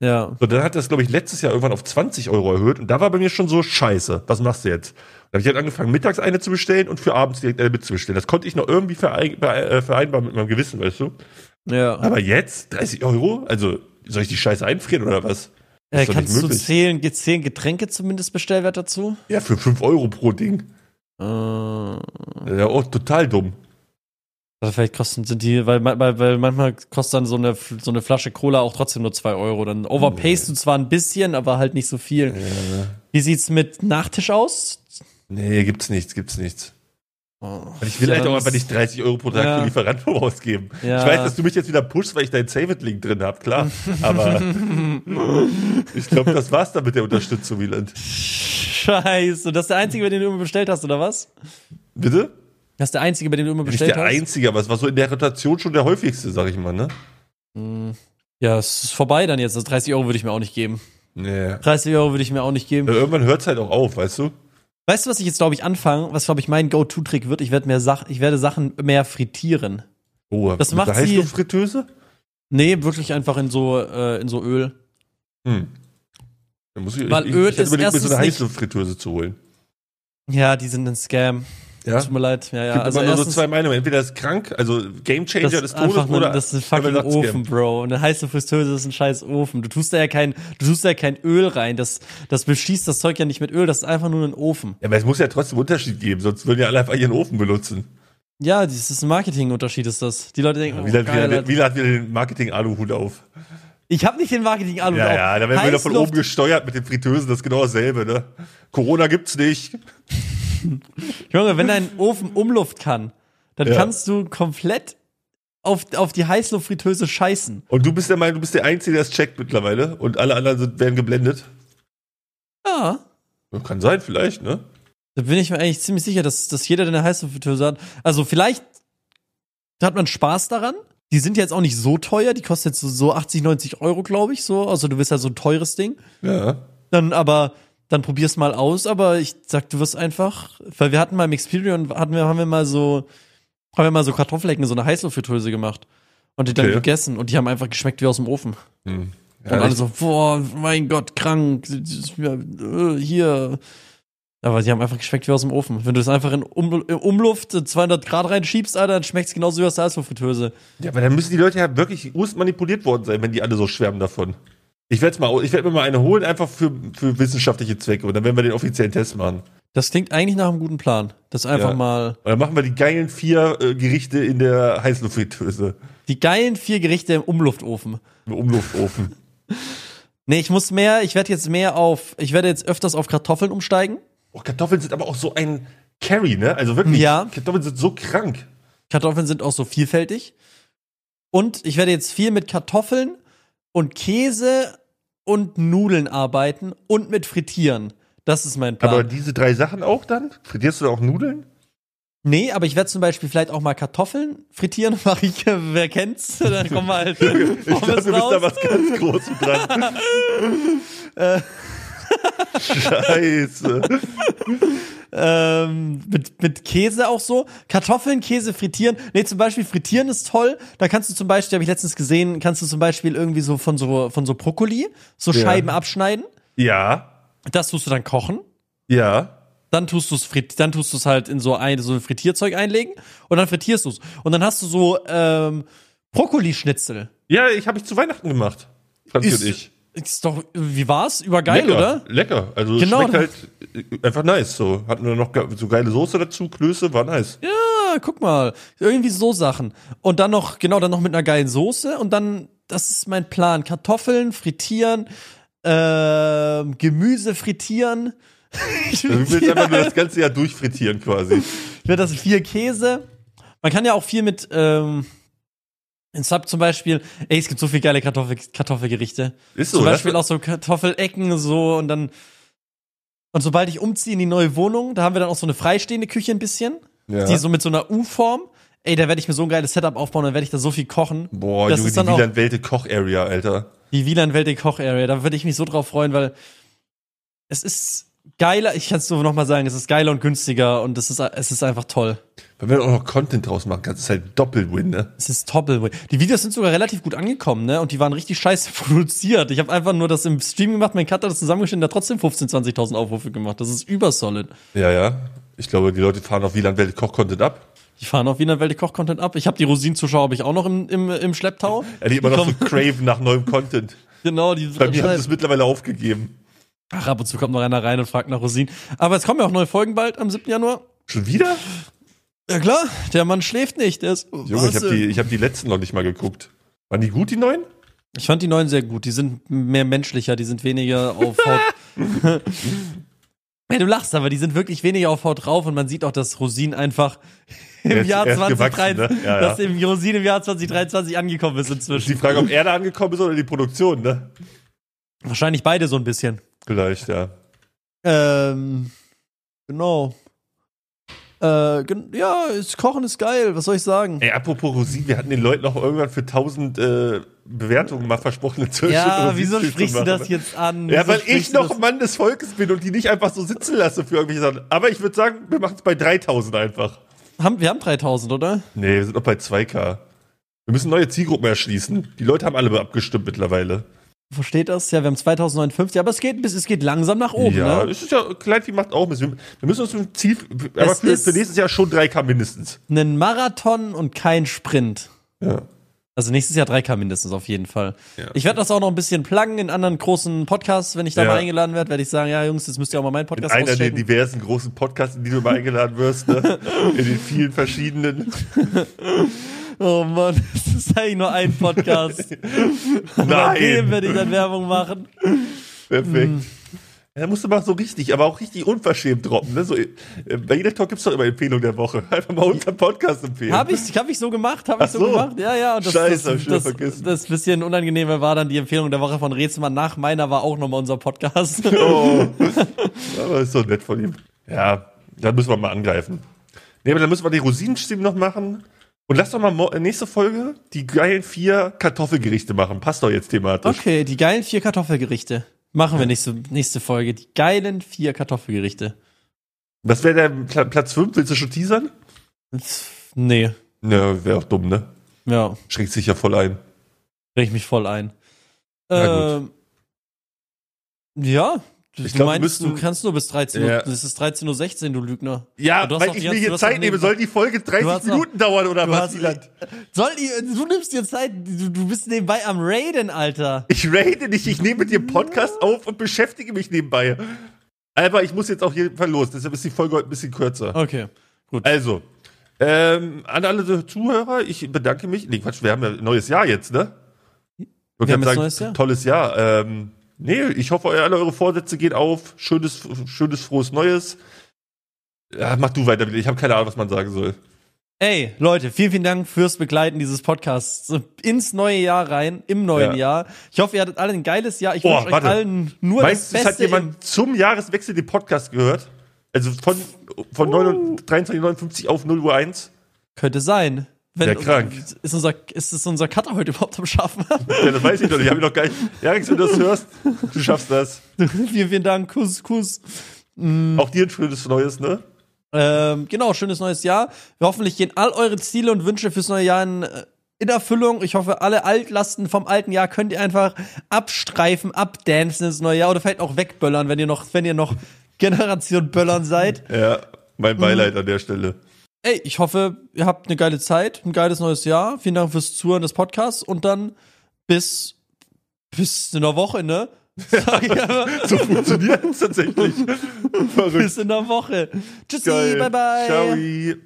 Speaker 1: ja.
Speaker 2: So, dann hat das, glaube ich, letztes Jahr irgendwann auf 20 Euro erhöht und da war bei mir schon so, scheiße, was machst du jetzt? Da habe ich halt angefangen, mittags eine zu bestellen und für abends direkt eine mitzubestellen. Das konnte ich noch irgendwie verein, be- äh, vereinbaren mit meinem Gewissen, weißt du?
Speaker 1: Ja.
Speaker 2: Aber jetzt 30 Euro? Also, soll ich die Scheiße einfrieren oder was?
Speaker 1: Äh,
Speaker 2: ist doch nicht
Speaker 1: kannst du
Speaker 2: möglich.
Speaker 1: zählen, ge- zählen Getränke zum Mindestbestellwert dazu?
Speaker 2: Ja, für 5 Euro pro Ding.
Speaker 1: Äh,
Speaker 2: Ja, auch total dumm.
Speaker 1: Also vielleicht kosten sind die, weil, ma- weil, weil manchmal kostet dann so eine, so eine Flasche Cola auch trotzdem nur 2 Euro. Dann overpayst du zwar ein bisschen, aber halt nicht so viel. Wie sieht's mit Nachtisch aus?
Speaker 2: ne. Nee, gibt's nichts, gibt's nichts.
Speaker 1: Oh,
Speaker 2: Und ich will
Speaker 1: ja,
Speaker 2: halt auch
Speaker 1: dann
Speaker 2: einfach
Speaker 1: ist-
Speaker 2: nicht 30 Euro pro Tag
Speaker 1: Ja.
Speaker 2: für Lieferanten ausgeben.
Speaker 1: Ja.
Speaker 2: Ich weiß, dass du mich jetzt wieder pushst, weil ich deinen Save-It-Link drin hab, klar. Aber ich glaube, das war's dann mit der Unterstützung, Wieland.
Speaker 1: Scheiße, das ist der einzige, bei dem du immer bestellt hast, oder was?
Speaker 2: Bitte?
Speaker 1: Das ist der einzige, bei dem du immer
Speaker 2: Nicht
Speaker 1: bestellt
Speaker 2: der
Speaker 1: hast?
Speaker 2: einzige, aber es war so in der Rotation schon der häufigste, sag ich mal, ne?
Speaker 1: Hm. Ja, es ist vorbei dann jetzt. Das 30 Euro würde ich mir auch nicht geben.
Speaker 2: Nee.
Speaker 1: 30 Euro würde ich mir auch nicht geben.
Speaker 2: Äh, Irgendwann hört's halt auch auf, weißt du?
Speaker 1: Weißt du, was ich jetzt, glaube ich, anfange? Was, glaube ich, mein Go-To-Trick wird? Ich werde mehr Sach ich werde Sachen mehr frittieren.
Speaker 2: Oh,
Speaker 1: Das
Speaker 2: mit
Speaker 1: macht
Speaker 2: einer
Speaker 1: sie-
Speaker 2: Heißluftfritteuse?
Speaker 1: Nee, wirklich einfach in so, äh, in so Öl.
Speaker 2: Hm. Dann muss ich,
Speaker 1: Weil
Speaker 2: ich, ich,
Speaker 1: Öl
Speaker 2: hätte
Speaker 1: ist
Speaker 2: überlegt, mir so eine
Speaker 1: erstens nicht-
Speaker 2: Heißluftfritteuse zu holen.
Speaker 1: Ja, die sind ein Scam.
Speaker 2: Ja?
Speaker 1: Tut mir leid. Ja, ja.
Speaker 2: gibt
Speaker 1: Also
Speaker 2: immer nur so
Speaker 1: erstens,
Speaker 2: zwei Meinungen. Entweder ist krank, also Game Changer
Speaker 1: das
Speaker 2: des
Speaker 1: ist
Speaker 2: Todes,
Speaker 1: einfach nur,
Speaker 2: oder
Speaker 1: das ist ein
Speaker 2: oder
Speaker 1: fucking
Speaker 2: man sagt,
Speaker 1: Ofen, Bro. Und eine heiße Fritteuse ist ein scheiß Ofen. Du tust da ja kein, du tust da ja kein Öl rein. Das, das beschießt das Zeug ja nicht mit Öl. Das ist einfach nur ein Ofen.
Speaker 2: Ja, aber es muss ja trotzdem Unterschied geben, sonst würden ja alle einfach ihren Ofen benutzen.
Speaker 1: Ja, das ist ein Marketingunterschied, ist das. Die Leute denken, oh,
Speaker 2: Wieland,
Speaker 1: geil,
Speaker 2: Wieland,
Speaker 1: Alter.
Speaker 2: Wieland hat wieder den Marketing-Aluhut auf.
Speaker 1: ich habe nicht den marketing alu
Speaker 2: Ja, ja, da werden wir wieder von oben gesteuert mit den Fritteusen, das ist genau dasselbe, ne? Corona gibt's nicht.
Speaker 1: Junge, wenn dein Ofen Umluft kann, dann
Speaker 2: Ja.
Speaker 1: kannst du komplett auf, auf die Heißluftfritteuse scheißen.
Speaker 2: Und du bist der Meinung, du bist der Einzige, der es checkt mittlerweile und alle anderen sind, werden geblendet.
Speaker 1: Ja.
Speaker 2: Ja, Kann sein, vielleicht, ne?
Speaker 1: Da bin ich mir eigentlich ziemlich sicher, dass, dass jeder, der eine Heißluftfritteuse hat, also vielleicht hat man Spaß daran. Die sind jetzt auch nicht so teuer, die kosten jetzt so, so 80, 90 Euro, glaube ich, so. Also du willst ja so ein teures Ding.
Speaker 2: Ja.
Speaker 1: Dann aber, dann probier's mal aus, aber ich sag, du wirst einfach, weil wir hatten mal im Experion, hatten wir, haben wir mal so, haben wir mal so Kartoffelecken, so eine Heißluftfritteuse gemacht. Und die dann
Speaker 2: Okay.
Speaker 1: gegessen und die haben einfach geschmeckt wie aus dem Ofen.
Speaker 2: Hm.
Speaker 1: und
Speaker 2: Ja,
Speaker 1: alle
Speaker 2: ich,
Speaker 1: so, boah, mein Gott, krank, ja, äh, hier. Aber die haben einfach geschmeckt wie aus dem Ofen. Wenn du das einfach in, um, in Umluft äh, 200 Grad reinschiebst, Alter, dann schmeckt's genauso wie aus der Heißluftfritteuse.
Speaker 2: ja, aber dann müssen die Leute ja wirklich urst manipuliert worden sein, wenn die alle so schwärmen davon. Ich werde mal, ich werd mir mal eine holen, einfach für, für wissenschaftliche Zwecke. Und dann werden wir den offiziellen Test machen.
Speaker 1: Das klingt eigentlich nach einem guten Plan. Das einfach
Speaker 2: Ja.
Speaker 1: mal
Speaker 2: Und dann machen wir die geilen vier äh, Gerichte in der Heißluftfritteuse.
Speaker 1: die geilen vier Gerichte im Umluftofen.
Speaker 2: Im Umluftofen.
Speaker 1: Nee, ich muss mehr, ich werde jetzt mehr auf, ich werde jetzt öfters auf Kartoffeln umsteigen.
Speaker 2: oh, Kartoffeln sind aber auch so ein Carry, ne? Also wirklich,
Speaker 1: Ja.
Speaker 2: Kartoffeln sind so krank.
Speaker 1: Kartoffeln sind auch so vielfältig. Und ich werde jetzt viel mit Kartoffeln und Käse und Nudeln arbeiten und mit Frittieren. Das ist mein Plan.
Speaker 2: Aber diese drei Sachen auch dann? Frittierst du da auch Nudeln?
Speaker 1: nee, aber ich werde zum Beispiel vielleicht auch mal Kartoffeln frittieren. Mach ich, wer kennt's? Dann kommen wir halt
Speaker 2: Ich dachte,
Speaker 1: Pommes
Speaker 2: du bist da
Speaker 1: raus. Äh.
Speaker 2: was ganz Großes dran. Scheiße.
Speaker 1: Ähm, mit, mit Käse auch so. Kartoffeln, Käse frittieren. Nee, zum Beispiel frittieren ist toll. Da kannst du zum Beispiel, habe ich letztens gesehen, kannst du zum Beispiel irgendwie so von so, von so Brokkoli so
Speaker 2: Ja.
Speaker 1: Scheiben abschneiden.
Speaker 2: Ja,
Speaker 1: Das tust du dann kochen.
Speaker 2: ja.
Speaker 1: Dann tust du es dann tust du es halt in so ein so ein Frittierzeug einlegen und dann frittierst du es und dann hast du so ähm, Brokkolischnitzel.
Speaker 2: Ja, ich habe ich zu Weihnachten gemacht. Franzi
Speaker 1: Ist-
Speaker 2: und ich.
Speaker 1: Ist doch wie war's? Übergeil,
Speaker 2: lecker,
Speaker 1: oder?
Speaker 2: Lecker. Also
Speaker 1: Genau.
Speaker 2: schmeckt halt äh, einfach nice. So hatten wir noch ge- so geile Soße dazu, Klöße, war nice.
Speaker 1: Ah, guck mal, irgendwie so Sachen und dann noch genau, dann noch mit einer geilen Soße und dann das ist mein Plan, Kartoffeln frittieren, ähm, Gemüse frittieren. ich
Speaker 2: Also, du willst einfach nur das ganze Jahr durchfrittieren quasi.
Speaker 1: wird das vier Käse. Man kann ja auch viel mit ähm, in Sub zum Beispiel, ey, es gibt so viel geile Kartoffel, Kartoffelgerichte.
Speaker 2: Ist so.
Speaker 1: zum
Speaker 2: das-
Speaker 1: Beispiel auch so Kartoffelecken so und dann und sobald ich umziehe in die neue Wohnung, da haben wir dann auch so eine freistehende Küche ein bisschen,
Speaker 2: ja.
Speaker 1: die so mit so einer U-Form. Ey, da werde ich mir so ein geiles Setup aufbauen, dann werde ich da so viel kochen.
Speaker 2: Boah,
Speaker 1: das
Speaker 2: Junge,
Speaker 1: ist dann
Speaker 2: die
Speaker 1: auch-
Speaker 2: Wieland-Welte Koch-Area, Alter.
Speaker 1: Die Wieland Welt der Koch Area, da würde ich mich so drauf freuen, weil es ist geiler, ich kann es nur noch mal sagen, es ist geiler und günstiger und es ist es ist einfach toll.
Speaker 2: Wenn wir auch noch Content draus machen kannst, ist halt Doppelwin, ne?
Speaker 1: Es ist toppel. Die Videos sind sogar relativ gut angekommen, ne? Und die waren richtig scheiße produziert. Ich habe einfach nur das im Stream gemacht, mein Cutter das zusammengeschnitten, der hat trotzdem 15.000, 20.000 Aufrufe gemacht. Das ist übersolid.
Speaker 2: Ja, ja. Ich glaube, die Leute fahren auf Wieland-Welte Koch-Content ab.
Speaker 1: Die fahren auf Wiener Welt Koch-Content ab. Ich habe die Rosinenzuschauer habe ich auch noch im, im, im Schlepptau.
Speaker 2: Er hat immer noch so
Speaker 1: kommen-
Speaker 2: Crave nach neuem Content.
Speaker 1: Genau, die
Speaker 2: Bei mir haben sie es mittlerweile aufgegeben.
Speaker 1: Ach, ab und zu kommt noch einer rein und fragt nach Rosinen. Aber es kommen ja auch neue Folgen bald am 7. Januar.
Speaker 2: Schon wieder?
Speaker 1: Ja klar, der Mann schläft nicht. Der ist.
Speaker 2: Junge, ich habe
Speaker 1: Wahnsinn.
Speaker 2: die, ich hab die letzten noch nicht mal geguckt. Waren die gut, die neuen?
Speaker 1: ich fand die neuen sehr gut. Die sind mehr menschlicher, die sind weniger auf Haut. ja, du lachst, aber die sind wirklich weniger auf Haut drauf und man sieht auch, dass Rosin einfach im
Speaker 2: Er ist-
Speaker 1: Jahr
Speaker 2: er ist gewachsen,
Speaker 1: 2023,
Speaker 2: ne? Ja, ja.
Speaker 1: dass im Rosin im Jahr 2023 angekommen ist
Speaker 2: Ist die
Speaker 1: inzwischen.
Speaker 2: Frage, ob er da angekommen ist oder die Produktion, ne?
Speaker 1: Wahrscheinlich beide so ein bisschen.
Speaker 2: Vielleicht, ja.
Speaker 1: Ähm, genau. Äh, gen ja, ist, Kochen ist geil, was soll ich sagen?
Speaker 2: Ey, apropos Rosinen, wir hatten den Leuten auch irgendwann für 1000 äh, Bewertungen mal versprochen, eine Zwölf Stunden
Speaker 1: ja,
Speaker 2: Rosinen
Speaker 1: wieso
Speaker 2: um zu
Speaker 1: sprichst du
Speaker 2: machen. ne?
Speaker 1: das jetzt an?
Speaker 2: Ja,
Speaker 1: wieso
Speaker 2: weil
Speaker 1: sprichst
Speaker 2: ich
Speaker 1: du
Speaker 2: noch
Speaker 1: das-
Speaker 2: Mann des Volkes bin und die nicht einfach so sitzen lasse für irgendwelche Sachen. Aber ich würde sagen, wir machen es bei 3000 einfach.
Speaker 1: Haben, wir haben 3000, oder?
Speaker 2: Nee, wir sind noch bei 2K. Wir müssen neue Zielgruppen erschließen. Die Leute haben alle abgestimmt mittlerweile.
Speaker 1: Wo steht das? Ja, wir haben 2059, aber es geht, bis- es geht langsam nach oben,
Speaker 2: ja,
Speaker 1: ne?
Speaker 2: es ist ja, Kleinvieh macht auch Mist. Wir wir müssen uns ein Ziel, aber
Speaker 1: Es
Speaker 2: für,
Speaker 1: ist-
Speaker 2: für nächstes Jahr schon 3K mindestens.
Speaker 1: Einen Marathon und kein Sprint.
Speaker 2: Ja.
Speaker 1: Also nächstes Jahr 3K mindestens auf jeden Fall.
Speaker 2: Ja.
Speaker 1: Ich werde das auch noch ein bisschen pluggen in anderen großen Podcasts, wenn ich da
Speaker 2: Ja.
Speaker 1: mal eingeladen werde, werde ich sagen, ja Jungs, jetzt müsst ihr auch mal meinen
Speaker 2: In
Speaker 1: Podcast
Speaker 2: einer der
Speaker 1: auschecken.
Speaker 2: diversen großen Podcasts, in die du mal eingeladen wirst, ne? in den vielen verschiedenen.
Speaker 1: Oh Mann, das ist eigentlich nur ein Podcast. Bei dem
Speaker 2: Nein,
Speaker 1: werde ich dann Werbung machen. Mhm.
Speaker 2: perfekt. Ja, musst du mal so richtig, aber auch richtig unverschämt droppen. Ne? So, äh, bei jeder Talk gibt es doch immer Empfehlung der Woche. Einfach mal unseren Podcast empfehlen.
Speaker 1: Habe ich, hab ich so gemacht, habe ich
Speaker 2: Ach
Speaker 1: so,
Speaker 2: so.
Speaker 1: gemacht. Ja, ja. Und das,
Speaker 2: Scheiße, hab
Speaker 1: das,
Speaker 2: ich wieder
Speaker 1: das, das,
Speaker 2: vergessen.
Speaker 1: bisschen unangenehme war dann die Empfehlung der Woche von Rezmann nach meiner war auch nochmal unser Podcast.
Speaker 2: Oh. aber ist so nett von ihm. Ja, dann müssen wir mal angreifen. Nee, aber dann müssen wir die Rosinenstimmen noch machen. Und lass doch mal mo- nächste Folge die geilen vier Kartoffelgerichte machen. Passt doch jetzt thematisch.
Speaker 1: Okay, die geilen vier Kartoffelgerichte. Machen wir nächste, nächste Folge. Die geilen vier Kartoffelgerichte.
Speaker 2: Was wäre der Pla Platz 5? Willst du schon teasern?
Speaker 1: Pff, Nee.
Speaker 2: Ja, wäre auch dumm, ne?
Speaker 1: Ja,
Speaker 2: Schränkt sich ja voll ein.
Speaker 1: drehe ich mich voll ein.
Speaker 2: Na
Speaker 1: Ähm, ja, du,
Speaker 2: Ich glaub, wir
Speaker 1: meinst,
Speaker 2: müssten-
Speaker 1: du kannst nur bis 13
Speaker 2: Ja.
Speaker 1: Uhr. Es ist 13.16 Uhr, du Lügner.
Speaker 2: Ja,
Speaker 1: du hast
Speaker 2: weil
Speaker 1: doch
Speaker 2: ich
Speaker 1: die
Speaker 2: mir
Speaker 1: ganze- du hast
Speaker 2: hier
Speaker 1: doch
Speaker 2: Zeit nehme,
Speaker 1: nebenbei-
Speaker 2: soll die Folge
Speaker 1: hast
Speaker 2: 30
Speaker 1: doch-
Speaker 2: Minuten dauern oder
Speaker 1: Du
Speaker 2: was?
Speaker 1: hast-
Speaker 2: Ilan?
Speaker 1: Soll ich, du nimmst dir Zeit, du, du bist nebenbei am Raiden, Alter.
Speaker 2: Ich rate dich, ich nehme mit dir einen Podcast auf und beschäftige mich nebenbei. Aber ich muss jetzt auf jeden Fall los, deshalb ist die Folge heute ein bisschen kürzer.
Speaker 1: Okay, gut.
Speaker 2: Also, ähm, an alle so Zuhörer, ich bedanke mich. Nee, Quatsch, wir haben ja ein neues Jahr jetzt, ne? Wir
Speaker 1: haben
Speaker 2: können
Speaker 1: jetzt
Speaker 2: sagen,
Speaker 1: neues Jahr.
Speaker 2: tolles Jahr. Ähm, nee, ich hoffe, eu- alle eure Vorsätze gehen auf. Schönes, schönes, frohes Neues. Ja, mach du weiter, bitte. ich habe keine Ahnung, was man sagen soll.
Speaker 1: Ey, Leute, vielen, vielen Dank fürs Begleiten dieses Podcasts. Ins neue Jahr rein, im neuen
Speaker 2: Ja.
Speaker 1: Jahr. Ich hoffe, ihr hattet alle ein geiles Jahr. Ich
Speaker 2: Oh,
Speaker 1: wünsche euch
Speaker 2: warte.
Speaker 1: allen nur das
Speaker 2: Meinst du, es
Speaker 1: Beste.
Speaker 2: hat jemand zum Jahreswechsel den Podcast gehört? Also von, von 23.59 auf 0 Uhr
Speaker 1: im-
Speaker 2: 1?
Speaker 1: Könnte sein. Wenn,
Speaker 2: Ja, krank.
Speaker 1: Ist unser, ist, ist unser Cutter heute überhaupt am Schaffen?
Speaker 2: Ja, das weiß ich noch. Ich habe noch gar nicht. Jarix, wenn du das hörst, du schaffst das.
Speaker 1: vielen, vielen Dank. Kuss, Kuss.
Speaker 2: Auch dir ein schönes Neues, ne?
Speaker 1: Ähm, genau, schönes neues Jahr. Hoffentlich gehen all eure Ziele und Wünsche fürs neue Jahr in, äh, in Erfüllung. Ich hoffe, alle Altlasten vom alten Jahr könnt ihr einfach abstreifen, abdancen ins neue Jahr oder vielleicht auch wegböllern, wenn ihr noch, wenn ihr noch Generation Böllern seid.
Speaker 2: Ja, mein Beileid an der Stelle.
Speaker 1: Ey, ich hoffe, ihr habt eine geile Zeit, ein geiles neues Jahr. Vielen Dank fürs Zuhören des Podcasts und dann bis, bis in der Woche, ne? Sag ich aber,
Speaker 2: So funktioniert es tatsächlich. Verrückt.
Speaker 1: bis in der Woche. Tschüssi,
Speaker 2: Geil.
Speaker 1: bye bye.
Speaker 2: Ciao.